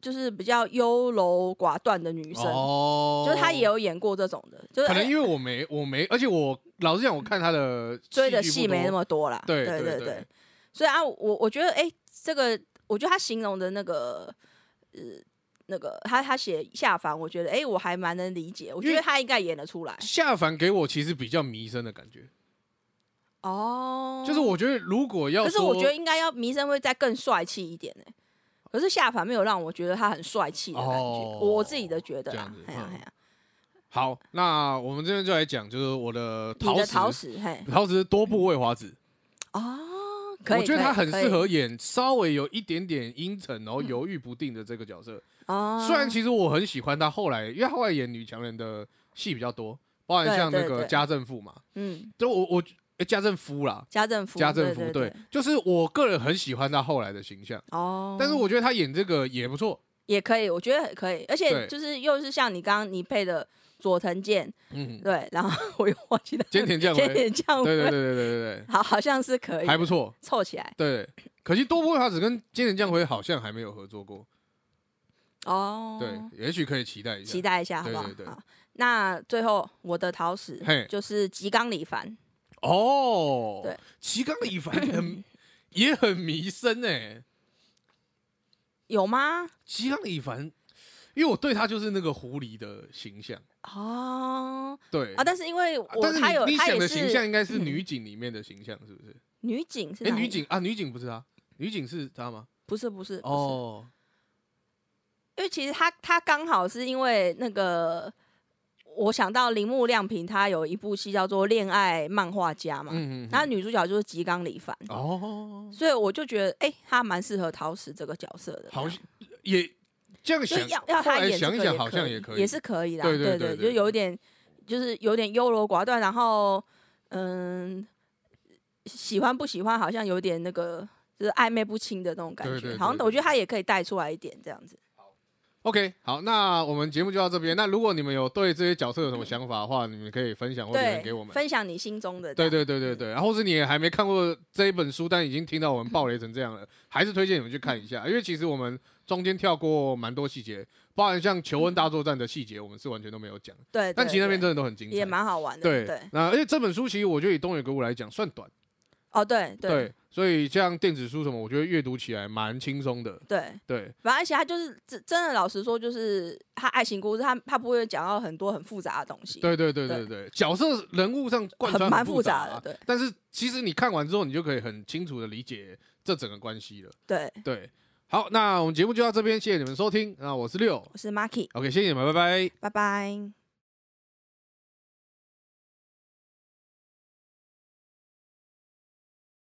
Speaker 2: 就是比较优柔寡断的女生，
Speaker 1: 哦
Speaker 2: 就是他也有演过这种的，就是
Speaker 1: 可能
Speaker 2: 哎
Speaker 1: 因为我没我没，而且我老实讲，我看他的
Speaker 2: 追的
Speaker 1: 戏
Speaker 2: 戏没那
Speaker 1: 么，
Speaker 2: 么多啦。
Speaker 1: 对
Speaker 2: 对
Speaker 1: 对
Speaker 2: 对，所以啊，我我觉得，哎、这个我觉得他形容的那个，呃，那个他他写下凡，我觉得，哎、我还蛮能理解，我觉
Speaker 1: 因
Speaker 2: 得
Speaker 1: 为
Speaker 2: 他应该演得出来。
Speaker 1: 下凡给我其实比较迷生的感觉，
Speaker 2: 哦，
Speaker 1: 就是，我觉得如果要
Speaker 2: 可
Speaker 1: 说，
Speaker 2: 是我觉得应该要弥生会再更帅气一点呢、可是下凡没有让我觉得他很帅气的感觉，
Speaker 1: 哦
Speaker 2: 我自己的觉得
Speaker 1: 这
Speaker 2: 啦
Speaker 1: 样子。
Speaker 2: 哎呀
Speaker 1: 嗯
Speaker 2: 哎呀，
Speaker 1: 好，那我们这边就来讲，就是我的
Speaker 2: 你
Speaker 1: 陶
Speaker 2: 的
Speaker 1: 石，
Speaker 2: 陶石，嘿，
Speaker 1: 陶石多部未华子，
Speaker 2: 哦，可以，
Speaker 1: 我觉得他
Speaker 2: 可以嗯
Speaker 1: 很适，合演稍微有一点点阴沉，然后犹豫不定的这个角色。
Speaker 2: 可以哦，
Speaker 1: 虽然其实我很喜欢她后来，因为她后来演女强人的戏比较多，包含
Speaker 2: 对
Speaker 1: 像那
Speaker 2: 对
Speaker 1: 个
Speaker 2: 对
Speaker 1: 家政妇嘛，
Speaker 2: 嗯，
Speaker 1: 就我我诶家政夫啦，
Speaker 2: 家政夫，
Speaker 1: 家政夫
Speaker 2: 对
Speaker 1: 对，就是我个人很喜欢她后来的形象，
Speaker 2: 哦，
Speaker 1: 但是我觉得她演这个也不错，
Speaker 2: 也可以，我觉得可以，而且
Speaker 1: 对
Speaker 2: 就是又是像你刚刚你配的佐藤健，
Speaker 1: 嗯，
Speaker 2: 对，然后我又忘记了
Speaker 1: 菅田将晖，
Speaker 2: 菅
Speaker 1: 对
Speaker 2: 田将
Speaker 1: 对对对
Speaker 2: 晖，
Speaker 1: 对对
Speaker 2: 好，好像是可
Speaker 1: 对，
Speaker 2: 以
Speaker 1: 还不错，
Speaker 2: 凑起来
Speaker 1: 对。可惜多波华子跟菅田将晖好像还没有合作过，
Speaker 2: 哦，
Speaker 1: 对，也许可以期待一下
Speaker 2: 期。待一下好
Speaker 1: 对
Speaker 2: 不好？
Speaker 1: 对对
Speaker 2: 好那最后我的桃石
Speaker 1: 嘿
Speaker 2: 就是吉冈里帆，
Speaker 1: 哦，
Speaker 2: 对，
Speaker 1: 齐冈里凡也很 也很迷生哎、
Speaker 2: 有吗？
Speaker 1: 吉冈里凡，因为我对他就是那个狐狸的形象，
Speaker 2: 哦
Speaker 1: 对
Speaker 2: 啊，但是因为
Speaker 1: 啊
Speaker 2: 我
Speaker 1: 但
Speaker 2: 他有
Speaker 1: 是你你
Speaker 2: 他
Speaker 1: 想
Speaker 2: 也
Speaker 1: 的形象
Speaker 2: 是嗯
Speaker 1: 应该是女警里面的形象，是不是？
Speaker 2: 女警是
Speaker 1: 哎，
Speaker 2: 哪一
Speaker 1: 女
Speaker 2: 个
Speaker 1: 警啊，女警不是他，女警是他吗？
Speaker 2: 不是不是哦，
Speaker 1: 哦，
Speaker 2: 因为其实他他刚好是因为那个。我想到铃木亮平，他有一部戏叫做《恋爱漫画家》嘛，
Speaker 1: 嗯嗯，
Speaker 2: 那女主角就是吉冈里帆，
Speaker 1: 哦，
Speaker 2: 所以我就觉得，哎、她蛮适合陶石这个角色的。
Speaker 1: 好像也这样
Speaker 2: 就
Speaker 1: 想，
Speaker 2: 要要
Speaker 1: 后
Speaker 2: 她
Speaker 1: 来
Speaker 2: 演这
Speaker 1: 想
Speaker 2: 个
Speaker 1: 一想，好像
Speaker 2: 也
Speaker 1: 也
Speaker 2: 可
Speaker 1: 可
Speaker 2: 以，
Speaker 1: 以，
Speaker 2: 也是可以啦。
Speaker 1: 对对
Speaker 2: 对
Speaker 1: 对对
Speaker 2: 就有一点，就是有点优柔寡断，然后嗯，喜欢不喜欢好像有点那个，就是暧昧不清的那种感觉。
Speaker 1: 对对对
Speaker 2: 好像
Speaker 1: 对
Speaker 2: 我觉得她也可以带出来一点这样子。
Speaker 1: OK，好，那我们节目就到这边。那如果你们有对这些角色有什么想法的话，你们可以分享或哦留言
Speaker 2: 对，
Speaker 1: 给我们。
Speaker 2: 分享你心中的这
Speaker 1: 对
Speaker 2: 样。
Speaker 1: 对对对对，然后是你也还没看过这一本书，但已经听到我们爆雷成这样了，还是推荐你们去看一下，因为其实我们中间跳过蛮多细节，包含像求婚大作战的细节，我们是完全都没有讲，
Speaker 2: 对对，
Speaker 1: 但其实那边
Speaker 2: 对
Speaker 1: 真的都很精
Speaker 2: 也
Speaker 1: 彩。
Speaker 2: 蛮好玩的。
Speaker 1: 对
Speaker 2: 对，，
Speaker 1: 那而且这本书其实我觉得以东野圭吾来讲算短，
Speaker 2: 哦对对
Speaker 1: 对，所以像电子书什么，我觉得阅读起来蛮轻松的，
Speaker 2: 对，
Speaker 1: 对
Speaker 2: 反正而且他就是真真的，老实说，就是他爱情故事，他他不会讲到很多很复杂的东西，
Speaker 1: 对对对对
Speaker 2: 对
Speaker 1: 对，角色人物上贯穿
Speaker 2: 很蛮
Speaker 1: 复
Speaker 2: 杂
Speaker 1: 啊
Speaker 2: 的。对
Speaker 1: 但是其实你看完之后，你就可以很清楚的理解这整个关系了。
Speaker 2: 对，
Speaker 1: 对，好，那我们节目就到这边，谢谢你们收听。那我是六
Speaker 2: 我是 Marky，
Speaker 1: ，OK，谢谢你们，拜拜。
Speaker 2: 拜拜。